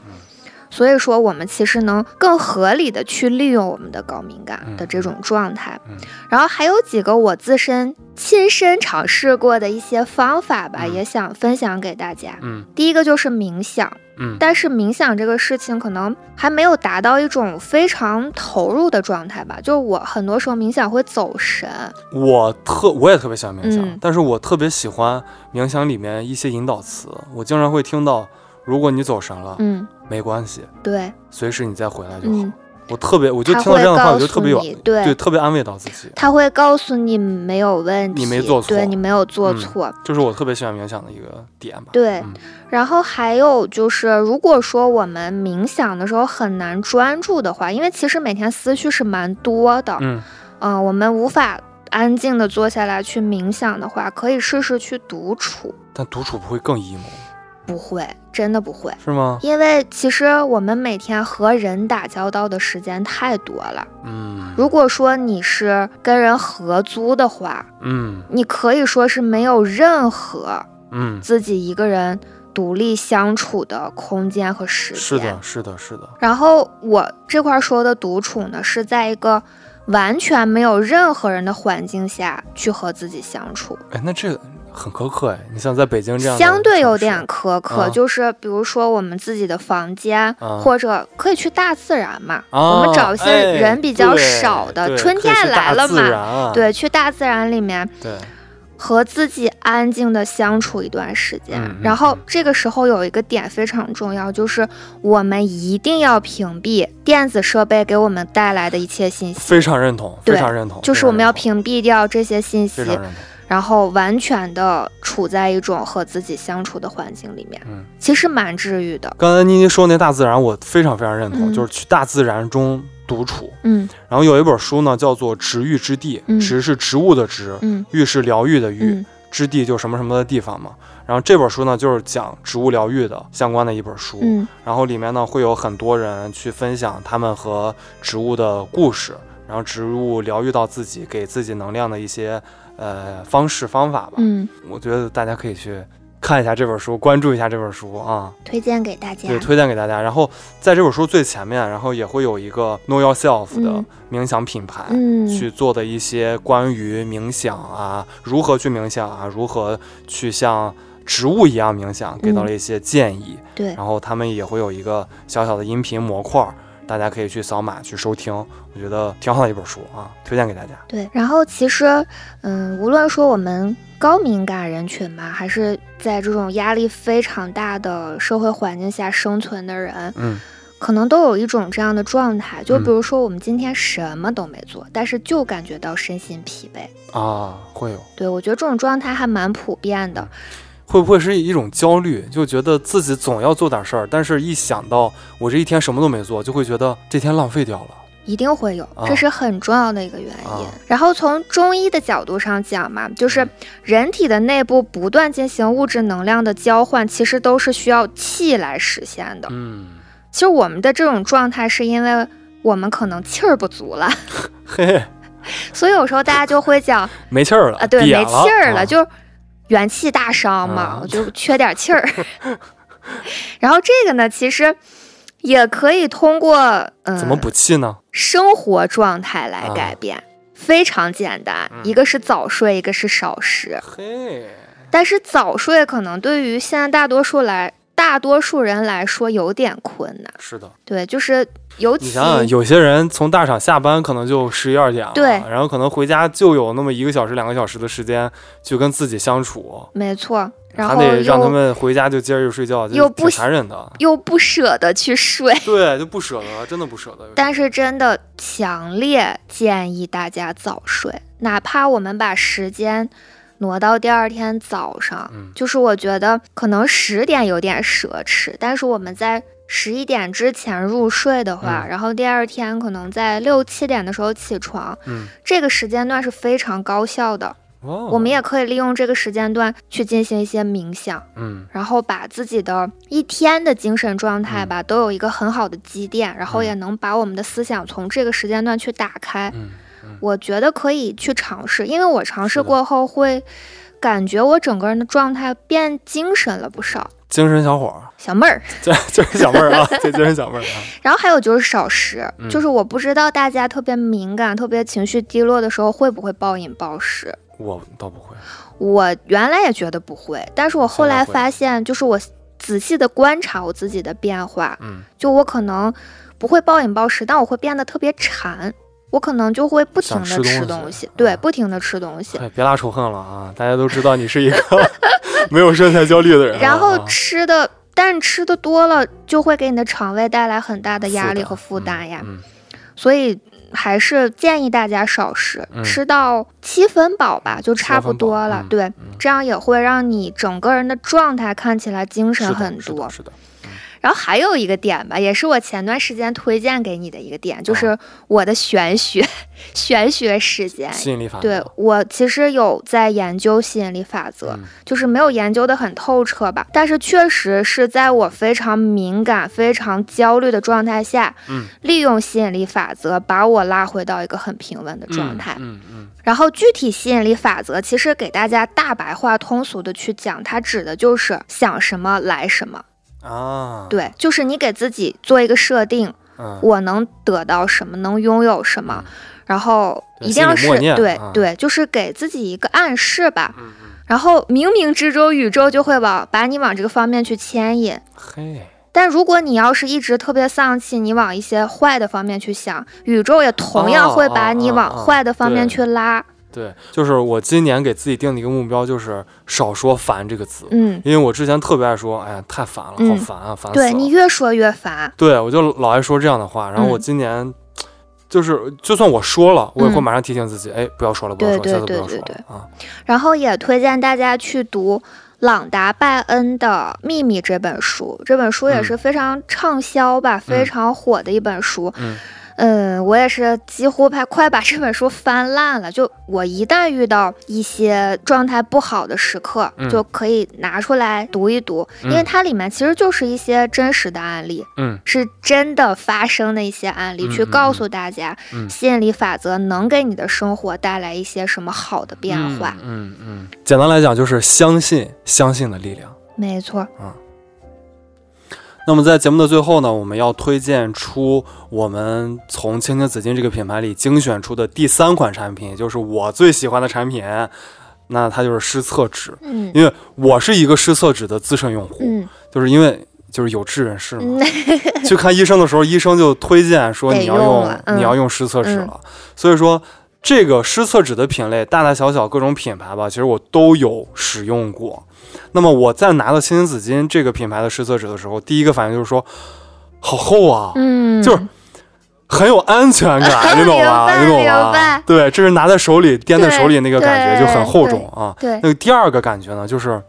Speaker 2: 所以说，我们其实能更合理的去利用我们的高敏感的这种状态。
Speaker 1: 嗯嗯
Speaker 2: 然后还有几个我自身亲身尝试过的一些方法吧，
Speaker 1: 嗯
Speaker 2: 也想分享给大家。
Speaker 1: 嗯
Speaker 2: 第一个就是冥想，
Speaker 1: 嗯
Speaker 2: 但是冥想这个事情可能还没有达到一种非常投入的状态吧。就我很多时候冥想会走神，
Speaker 1: 嗯，我特我也特别喜欢冥想
Speaker 2: 嗯，
Speaker 1: 但是我特别喜欢冥想里面一些引导词，我经常会听到，如果你走神了，
Speaker 2: 嗯，
Speaker 1: 没关系，
Speaker 2: 对，
Speaker 1: 随时你再回来就好
Speaker 2: 嗯。，
Speaker 1: 我特别，我就
Speaker 2: 他
Speaker 1: 听到
Speaker 2: 会
Speaker 1: 这样的话，
Speaker 2: 告
Speaker 1: 我就
Speaker 2: 诉
Speaker 1: 特别有
Speaker 2: 你对
Speaker 1: 对，特别安慰到自己。
Speaker 2: 他会告诉你没有问题，
Speaker 1: 你没做错
Speaker 2: 对你没有做
Speaker 1: 嗯
Speaker 2: 错。
Speaker 1: 这是我特别喜欢冥想的一个点吧。
Speaker 2: 对
Speaker 1: 嗯
Speaker 2: 然后还有就是，如果说我们冥想的时候很难专注的话，因为其实每天思绪是蛮多的，嗯、
Speaker 1: 嗯
Speaker 2: 我们无法安静的坐下来去冥想的话，可以试试去独处，
Speaker 1: 但独处不会更 emo
Speaker 2: 不会，真的不会。
Speaker 1: 是吗？
Speaker 2: 因为其实我们每天和人打交道的时间太多了。
Speaker 1: 嗯
Speaker 2: 如果说你是跟人合租的话，
Speaker 1: 嗯
Speaker 2: 你可以说是没有任何
Speaker 1: 嗯，
Speaker 2: 自己一个人独立相处的空间和时间。
Speaker 1: 是的，是的，是的。
Speaker 2: 然后我这块儿说的独处呢，是在一个完全没有任何人的环境下去和自己相处，
Speaker 1: 哎，那这很苛刻哎，你像在北京这样的
Speaker 2: 相对有
Speaker 1: 城市
Speaker 2: 点苛刻。
Speaker 1: 啊
Speaker 2: 就是比如说我们自己的房间，
Speaker 1: 啊
Speaker 2: 或者可以去大自然嘛，
Speaker 1: 啊
Speaker 2: 我们找一些
Speaker 1: 哎
Speaker 2: 人比较
Speaker 1: 对
Speaker 2: 少的，
Speaker 1: 对
Speaker 2: 春
Speaker 1: 可以
Speaker 2: 天
Speaker 1: 去大
Speaker 2: 来了
Speaker 1: 自
Speaker 2: 嘛，
Speaker 1: 然啊
Speaker 2: 对，去大自然里面
Speaker 1: 对，
Speaker 2: 和自己安静的相处一段时间。
Speaker 1: 嗯嗯
Speaker 2: 然后
Speaker 1: 嗯
Speaker 2: 这个时候有一个点非常重要，就是我们一定要屏蔽电子设备给我们带来的一切信息，
Speaker 1: 非常认同，非
Speaker 2: 对
Speaker 1: 常认同，
Speaker 2: 就是
Speaker 1: 非常
Speaker 2: 我们要
Speaker 1: 认同，
Speaker 2: 屏蔽掉这些信
Speaker 1: 非
Speaker 2: 息，
Speaker 1: 常认同。
Speaker 2: 然后完全的处在一种和自己相处的环境里面，
Speaker 1: 嗯
Speaker 2: 其实蛮治愈的。
Speaker 1: 刚才妮妮说那大自然，我非常非常认同，
Speaker 2: 嗯
Speaker 1: 就是去大自然中独处。
Speaker 2: 嗯
Speaker 1: 然后有一本书呢，叫做《植育之地》，
Speaker 2: 嗯
Speaker 1: 植是植物的植，
Speaker 2: 嗯
Speaker 1: 育是疗愈的育，
Speaker 2: 嗯
Speaker 1: 之地就什么什么的地方嘛。然后这本书呢，就是讲植物疗愈的相关的一本书。
Speaker 2: 嗯
Speaker 1: 然后里面呢会有很多人去分享他们和植物的故事，然后植物疗愈到自己，给自己能量的一些呃方式方法吧。
Speaker 2: 嗯，
Speaker 1: 我觉得大家可以去看一下这本书，关注一下这本书啊，
Speaker 2: 推荐给大家
Speaker 1: 对，。推荐给大家。然后在这本书最前面，然后也会有一个 Know Yourself 的
Speaker 2: 嗯
Speaker 1: 冥想品牌。
Speaker 2: 嗯，
Speaker 1: 去做的一些关于冥想啊，如何去冥想啊，如何去像植物一样冥想，给到
Speaker 2: 嗯
Speaker 1: 了一些建议。
Speaker 2: 对，
Speaker 1: 然后他们也会有一个小小的音频模块儿，大家可以去扫码去收听。我觉得挺好的一本书啊，推荐给大家。
Speaker 2: 对，然后其实，嗯，无论说我们高敏感人群嘛，还是在这种压力非常大的社会环境下生存的人，
Speaker 1: 嗯
Speaker 2: 可能都有一种这样的状态。就
Speaker 1: 嗯
Speaker 2: 比如说，我们今天什么都没做，但是就感觉到身心疲惫。
Speaker 1: 啊，会有
Speaker 2: 对我觉得这种状态还蛮普遍的。
Speaker 1: 会不会是一种焦虑，就觉得自己总要做点事儿，但是一想到我这一天什么都没做，就会觉得这天浪费掉了。
Speaker 2: 一定会有，
Speaker 1: 啊
Speaker 2: 这是很重要的一个原因。
Speaker 1: 啊
Speaker 2: 然后从中医的角度上讲嘛，就是
Speaker 1: 嗯
Speaker 2: 人体的内部不断进行物质能量的交换，其实都是需要气来实现的。
Speaker 1: 嗯，
Speaker 2: 其实我们的这种状态是因为我们可能气儿不足了，
Speaker 1: 嘿嘿，
Speaker 2: 所以有时候大家就 会讲
Speaker 1: 没气儿了
Speaker 2: 啊，对，
Speaker 1: 瘪
Speaker 2: 没气儿了，
Speaker 1: 啊
Speaker 2: 就元气大伤嘛
Speaker 1: 啊，
Speaker 2: 我就缺点气儿。 然后这个呢，其实也可以通过嗯、呃
Speaker 1: 怎么补气呢？啊
Speaker 2: 生活状态来改变。非常简单，
Speaker 1: 嗯
Speaker 2: 一个是早睡，一个是少食。
Speaker 1: 嘿，
Speaker 2: 但是早睡可能对于现在大多数来大多数人来说有点困难。
Speaker 1: 是的，
Speaker 2: 对，就是尤
Speaker 1: 你
Speaker 2: 其
Speaker 1: 想想，有些人从大厂下班可能就十一二点了，
Speaker 2: 对
Speaker 1: 然后可能回家就有那么一个小时、两个小时的时间去跟自己相处，
Speaker 2: 没错，然
Speaker 1: 还
Speaker 2: 后
Speaker 1: 得让他
Speaker 2: 又
Speaker 1: 们回家就接着睡觉，就
Speaker 2: 又
Speaker 1: 挺
Speaker 2: 不
Speaker 1: 残忍的。
Speaker 2: 又不舍得去睡。
Speaker 1: 对，就不舍得，真的不舍得。有时候
Speaker 2: 但是真的强烈建议大家早睡，哪怕我们把时间挪到第二天早上，
Speaker 1: 嗯
Speaker 2: 就是我觉得可能十点有点奢侈，但是我们在十一点之前入睡的话，
Speaker 1: 嗯
Speaker 2: 然后第二天可能在六七点的时候起床，
Speaker 1: 嗯，
Speaker 2: 这个时间段是非常高效的。
Speaker 1: 哇哦，
Speaker 2: 我们也可以利用这个时间段去进行一些冥想，
Speaker 1: 嗯
Speaker 2: 然后把自己的一天的精神状态吧，都有一个很好的积淀，然后也能把我们的思想从这个时间段去打开。
Speaker 1: 嗯
Speaker 2: 我觉得可以去尝试，因为我尝
Speaker 1: 是
Speaker 2: 试
Speaker 1: 的
Speaker 2: 过后会感觉我整个人的状态变精神了不少，
Speaker 1: 精神小伙儿，
Speaker 2: 小妹儿。
Speaker 1: 这这是小妹儿啊，这精神小妹儿啊，
Speaker 2: 然后还有就是少食，
Speaker 1: 嗯
Speaker 2: 就是我不知道大家特别敏感、特别情绪低落的时候会不会暴饮暴食。
Speaker 1: 我倒不会，
Speaker 2: 我原来也觉得不会，但是我后来
Speaker 1: 现在会
Speaker 2: 发现，就是我仔细的观察我自己的变化，
Speaker 1: 嗯，
Speaker 2: 就我可能不会暴饮暴食，但我会变得特别馋，我可能就会不停
Speaker 1: 想吃
Speaker 2: 的
Speaker 1: 东
Speaker 2: 吃
Speaker 1: 西
Speaker 2: 东西
Speaker 1: 啊，
Speaker 2: 对，不停的吃东西，
Speaker 1: 对，哎别拉仇恨了啊！大家都知道你是一 个没有身材焦虑的人啊，
Speaker 2: 然后
Speaker 1: 啊
Speaker 2: 吃的，但吃的多了就会给你的肠胃带来很大的压力和负担呀，
Speaker 1: 嗯，
Speaker 2: 所以还是建议大家少食，
Speaker 1: 嗯
Speaker 2: 吃到七分饱吧，就
Speaker 1: 七
Speaker 2: 差不
Speaker 1: 分饱
Speaker 2: 多了。
Speaker 1: 嗯
Speaker 2: 对，这样也会让你整个人的状态看起来精
Speaker 1: 是
Speaker 2: 神
Speaker 1: 的
Speaker 2: 很
Speaker 1: 是的
Speaker 2: 多。
Speaker 1: 是的，
Speaker 2: 然后还有一个点吧，也是我前段时间推荐给你的一个点，
Speaker 1: 啊
Speaker 2: 就是我的玄学， 玄学时间。
Speaker 1: 吸引力法则，
Speaker 2: 哎对我其实有在研究吸引力法则，
Speaker 1: 嗯
Speaker 2: 就是没有研究的很透彻吧，但是确实是在我非常敏感、非常焦虑的状态下，
Speaker 1: 嗯
Speaker 2: 利用吸引力法则把我拉回到一个很平稳的状态。
Speaker 1: 嗯嗯
Speaker 2: 然后具体吸引力法则，其实给大家大白话通俗的去讲，它指的就是想什么来什
Speaker 1: 嗯
Speaker 2: 么。
Speaker 1: 啊，，
Speaker 2: 对，就是你给自己做一个设定，
Speaker 1: 嗯，
Speaker 2: 我能得到什么，能拥有什么，然后
Speaker 1: 对
Speaker 2: 一定要是
Speaker 1: 心里默念
Speaker 2: 对
Speaker 1: 啊嗯
Speaker 2: 对，就是给自己一个暗示吧。然后冥冥之中，宇宙就会往把你往这个方面去牵引。
Speaker 1: 嘿，
Speaker 2: 但如果你要是一直特别丧气，你往一些坏的方面去想，宇宙也同样
Speaker 1: 哦
Speaker 2: 会把你
Speaker 1: 哦
Speaker 2: 往
Speaker 1: 哦
Speaker 2: 坏的方面
Speaker 1: 对
Speaker 2: 去拉。
Speaker 1: 对，就是我今年给自己定的一个目标，就是少说“烦”这个词，
Speaker 2: 嗯，
Speaker 1: 因为我之前特别爱说，哎呀，太烦了，好
Speaker 2: 嗯
Speaker 1: 烦啊，烦死了。
Speaker 2: 对你越说越烦。
Speaker 1: 对我就老爱说这样的话，然后我
Speaker 2: 嗯
Speaker 1: 今年。就是，就算我说了，我也会
Speaker 2: 嗯
Speaker 1: 马上提醒自己，哎，不要说了，不要
Speaker 2: 对
Speaker 1: 说了，下次
Speaker 2: 对
Speaker 1: 不要
Speaker 2: 对
Speaker 1: 说
Speaker 2: 对
Speaker 1: 了啊。
Speaker 2: 然后也推荐大家去读朗达·拜恩的《秘密》这本书，这本书也
Speaker 1: 嗯
Speaker 2: 是非常畅销吧，非
Speaker 1: 嗯
Speaker 2: 常火的一本书。
Speaker 1: 嗯
Speaker 2: 嗯，我也是几乎快快把这本书翻烂了。就我一旦遇到一些状态不好的时刻，
Speaker 1: 嗯
Speaker 2: 就可以拿出来读一读，因为
Speaker 1: 嗯
Speaker 2: 它里面其实就是一些真实的案例，
Speaker 1: 嗯，
Speaker 2: 是真的发生的一些案例，
Speaker 1: 嗯
Speaker 2: 去
Speaker 1: 嗯
Speaker 2: 告
Speaker 1: 嗯
Speaker 2: 诉大家、
Speaker 1: 嗯
Speaker 2: 吸引力法则能给你的生活带来一些什么好的变化。
Speaker 1: 嗯嗯，嗯简单来讲就是相信，相信的力量。
Speaker 2: 没错，
Speaker 1: 那么在节目的最后呢，我们要推荐出我们从青青紫金这个品牌里精选出的第三款产品，也就是我最喜欢的产品，那它就是湿厕纸。
Speaker 2: 嗯
Speaker 1: 因为我是一个湿厕纸的资深用户，
Speaker 2: 嗯
Speaker 1: 就是因为就是有志人士嘛，
Speaker 2: 嗯，
Speaker 1: 去看医生的时候，医生就推荐说
Speaker 2: 得
Speaker 1: 你要
Speaker 2: 用
Speaker 1: 用
Speaker 2: 了嗯
Speaker 1: 你要用湿厕纸
Speaker 2: 嗯
Speaker 1: 了，所以说。这个湿厕纸的品类，大大小小各种品牌吧，其实我都有使用过。那么我在拿到青青紫金这个品牌的湿厕纸的时候，第一个反应就是说，好厚啊，
Speaker 2: 嗯，
Speaker 1: 就是很有安全 感，你懂吧？你
Speaker 2: 明白
Speaker 1: 懂
Speaker 2: 明
Speaker 1: 吧
Speaker 2: 白？
Speaker 1: 对，这是拿在手里掂在手里那个感觉就
Speaker 2: 对
Speaker 1: 很厚重啊。
Speaker 2: 对，
Speaker 1: 那个第二个感觉呢，就是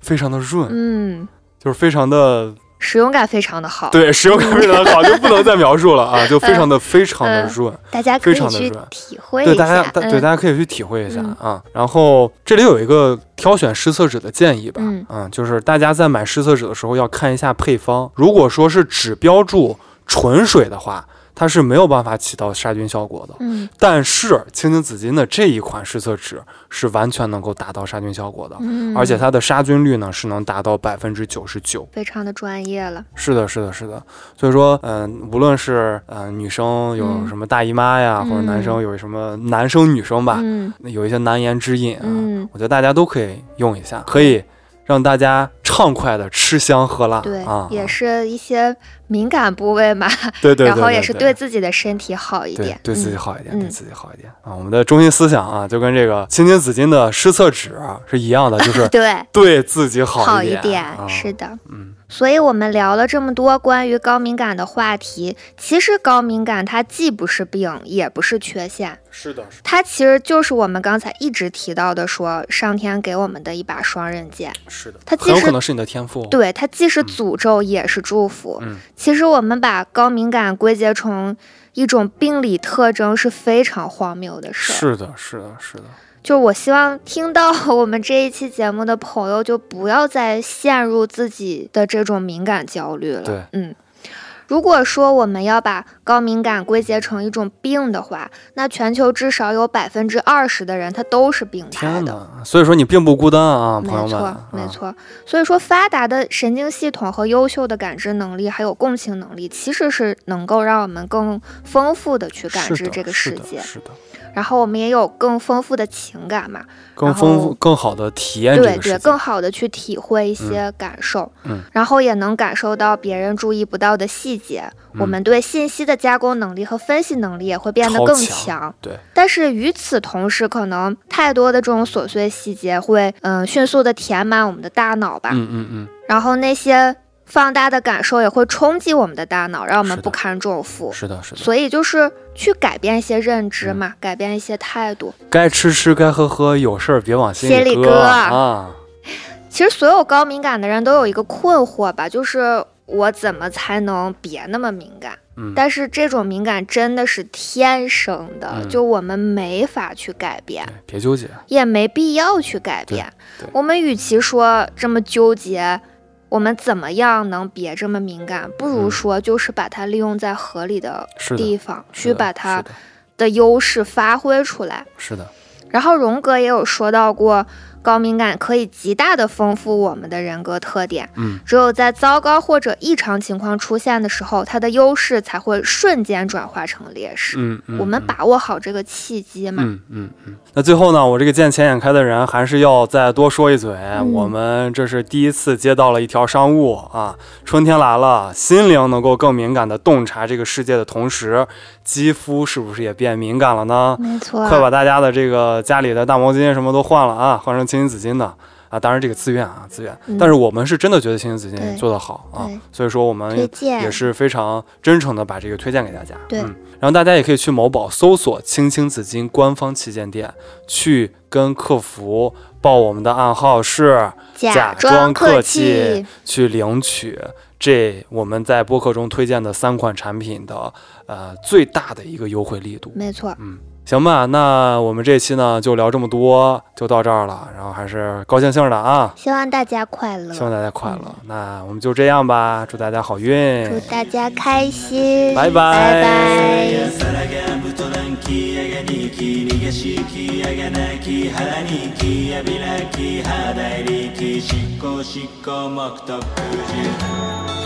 Speaker 1: 非常的润，
Speaker 2: 嗯，
Speaker 1: 就是非常的
Speaker 2: 使用感非常的好，
Speaker 1: 对使用感非常的好，就不能再描述了啊，就非
Speaker 2: 嗯
Speaker 1: 常的非常的润。
Speaker 2: 大家可
Speaker 1: 非常
Speaker 2: 以
Speaker 1: 地
Speaker 2: 去
Speaker 1: 软
Speaker 2: 体会
Speaker 1: 对
Speaker 2: 一
Speaker 1: 大家
Speaker 2: 下，，
Speaker 1: 大对
Speaker 2: 嗯
Speaker 1: 大家可以去体会一下
Speaker 2: 嗯
Speaker 1: 啊。然后这里有一个挑选湿厕纸的建议吧
Speaker 2: 嗯，
Speaker 1: 嗯，就是大家在买湿厕纸的时候要看一下配方，如果说是只标注纯水的话，它是没有办法起到杀菌效果的。
Speaker 2: 嗯
Speaker 1: 但是青青子衿的这一款试色纸是完全能够达到杀菌效果的，
Speaker 2: 嗯，
Speaker 1: 而且它的杀菌率呢是能达到百分之九十九。
Speaker 2: 非常的专业了，
Speaker 1: 是的，是的，是的。所以说，嗯、无论是嗯、呃女生有
Speaker 2: 嗯
Speaker 1: 什么大姨妈呀，或者男生有什么男生女生吧，
Speaker 2: 嗯
Speaker 1: 那有一些难言之隐啊，
Speaker 2: 嗯，
Speaker 1: 我觉得大家都可以用一下，可以让大家畅快的吃香喝辣
Speaker 2: 对，
Speaker 1: 啊，
Speaker 2: 也是一些敏感部位嘛，
Speaker 1: 对对对，
Speaker 2: 然后
Speaker 1: 对
Speaker 2: 也是对
Speaker 1: 对
Speaker 2: 自己的身体好一
Speaker 1: 对
Speaker 2: 点，
Speaker 1: 对自己
Speaker 2: 嗯
Speaker 1: 好一点，
Speaker 2: 嗯
Speaker 1: 对自己好一点啊。我们的中心思想啊，就跟这个青青子衿的湿厕纸啊是一样的，就是
Speaker 2: 嗯 对
Speaker 1: 对自己
Speaker 2: 好
Speaker 1: 一
Speaker 2: 一点，
Speaker 1: 啊、
Speaker 2: 是的。
Speaker 1: 嗯，
Speaker 2: 所以我们聊了这么多关于高敏感的话题，其实高敏感它既不是病，也不是缺陷，
Speaker 1: 是的，是
Speaker 2: 它其实就是我们刚才一直提到的说上天给我们的一把双刃剑。
Speaker 1: 是的，
Speaker 2: 它
Speaker 1: 很
Speaker 2: 其
Speaker 1: 有
Speaker 2: 实
Speaker 1: 可能是你的天赋。
Speaker 2: 对，它既是诅咒也是祝福。
Speaker 1: 嗯
Speaker 2: 其实我们把高敏感归结成一种病理特征是非常荒谬的事儿。
Speaker 1: 是的，是的，是的，
Speaker 2: 就是我希望听到 我们这一期节目的朋友，就不要再陷入自己的这种敏感焦虑了。
Speaker 1: 对，
Speaker 2: 嗯。如果说我们要把高敏感归结成一种病的话，那全球至少有百分之二十的人他都是病态
Speaker 1: 天
Speaker 2: 的。
Speaker 1: 哪！所以说你并不孤单啊，朋友
Speaker 2: 没
Speaker 1: 们
Speaker 2: 错
Speaker 1: 啊，，
Speaker 2: 没错。所以说，发达的神经系统和优秀的感知能力，还有共情能力，其实是能够让我们更丰富的去感
Speaker 1: 是
Speaker 2: 知
Speaker 1: 的
Speaker 2: 这个
Speaker 1: 是
Speaker 2: 世
Speaker 1: 的
Speaker 2: 界，
Speaker 1: 是的，
Speaker 2: 然后我们也有更丰富的情感嘛。
Speaker 1: 更
Speaker 2: 然
Speaker 1: 丰
Speaker 2: 后
Speaker 1: 富、更好的体验哎这
Speaker 2: 对
Speaker 1: 个世
Speaker 2: 对，
Speaker 1: 界。
Speaker 2: 更好的去体会一些感受，
Speaker 1: 嗯
Speaker 2: 然后也能感受到别人注意不到的细节。我
Speaker 1: 嗯
Speaker 2: 们对信息的加工能力和分析能力也会变得
Speaker 1: 超
Speaker 2: 更
Speaker 1: 强对
Speaker 2: 但是与此同时，可能太多的这种琐碎细节会，嗯、迅速的填满我们的大脑吧。
Speaker 1: 嗯嗯嗯，
Speaker 2: 然后那些放大的感受也会冲击我们的大脑，让我
Speaker 1: 是
Speaker 2: 们
Speaker 1: 的
Speaker 2: 不堪重负。
Speaker 1: 是的，是的，
Speaker 2: 所以就是去改变一些认知
Speaker 1: 嗯
Speaker 2: 嘛，改变一些态度。
Speaker 1: 该吃吃，该喝喝，有事儿别往心
Speaker 2: 心里
Speaker 1: 搁
Speaker 2: 搁
Speaker 1: 啊。
Speaker 2: 其实所有高敏感的人都有一个困惑吧，就是我怎么才能别那么敏感？
Speaker 1: 嗯
Speaker 2: 但是这种敏感真的是天生的，
Speaker 1: 嗯
Speaker 2: 就我们没法去改变，
Speaker 1: 对哎别纠结，
Speaker 2: 也没必要去改变
Speaker 1: 对对。
Speaker 2: 我们与其说这么纠结，我们怎么样能别这么敏感，不如
Speaker 1: 嗯
Speaker 2: 说就是把它利用在合理的
Speaker 1: 是的，
Speaker 2: 地方，
Speaker 1: 是
Speaker 2: 去
Speaker 1: 的
Speaker 2: 把
Speaker 1: 是
Speaker 2: 它
Speaker 1: 的
Speaker 2: 的优势发挥出来。
Speaker 1: 是的，
Speaker 2: 然后荣格也有说到过，高敏感可以极大的丰富我们的人格特点。
Speaker 1: 嗯，
Speaker 2: 只有在糟糕或者异常情况出现的时候，它的优势才会瞬间转化成劣势。
Speaker 1: 嗯嗯，
Speaker 2: 我们
Speaker 1: 嗯
Speaker 2: 把握好这个契机嘛。
Speaker 1: 嗯嗯嗯。那最后呢，我这个见钱眼开的人还是要再多说一嘴。我们
Speaker 2: 嗯
Speaker 1: 这是第一次接到了一条商务啊，春天来了，心灵能够更敏感地洞察这个世界的同时，肌肤是不是也变敏感了呢？
Speaker 2: 没错，
Speaker 1: 快把大家的这个家里的大毛巾什么都换了啊，换成青青子衿的。啊，当然这个自愿啊，自愿。
Speaker 2: 嗯
Speaker 1: 但是我们是真的觉得青青子
Speaker 2: 对
Speaker 1: 衿做得好啊
Speaker 2: 对，
Speaker 1: 所以说我们
Speaker 2: 推荐
Speaker 1: 也是非常真诚的把这个推荐给大家。
Speaker 2: 对
Speaker 1: 嗯，然后大家也可以去某宝搜索“青青子衿”官方旗舰店，去跟客服报我们的暗号是，假装
Speaker 2: 装
Speaker 1: 客气
Speaker 2: 气。
Speaker 1: 去领取这我们在播客中推荐的三款产品的呃最大的一个优惠力度。
Speaker 2: 没错，
Speaker 1: 行吧，那我们这期呢就聊这么多，就到这儿了。然后还是高兴兴的啊，
Speaker 2: 希望大家快乐
Speaker 1: 希，望大家快乐。那我们就这样吧，祝大家好运，
Speaker 2: 祝大家开心，
Speaker 1: 拜拜
Speaker 2: 拜拜
Speaker 3: سرقة بطلنكي يا جنيكي نيجاشيكي يا جناكي هلانيكي يا بلاكي هذا إليكي شيكو شيكو مكتب كوجي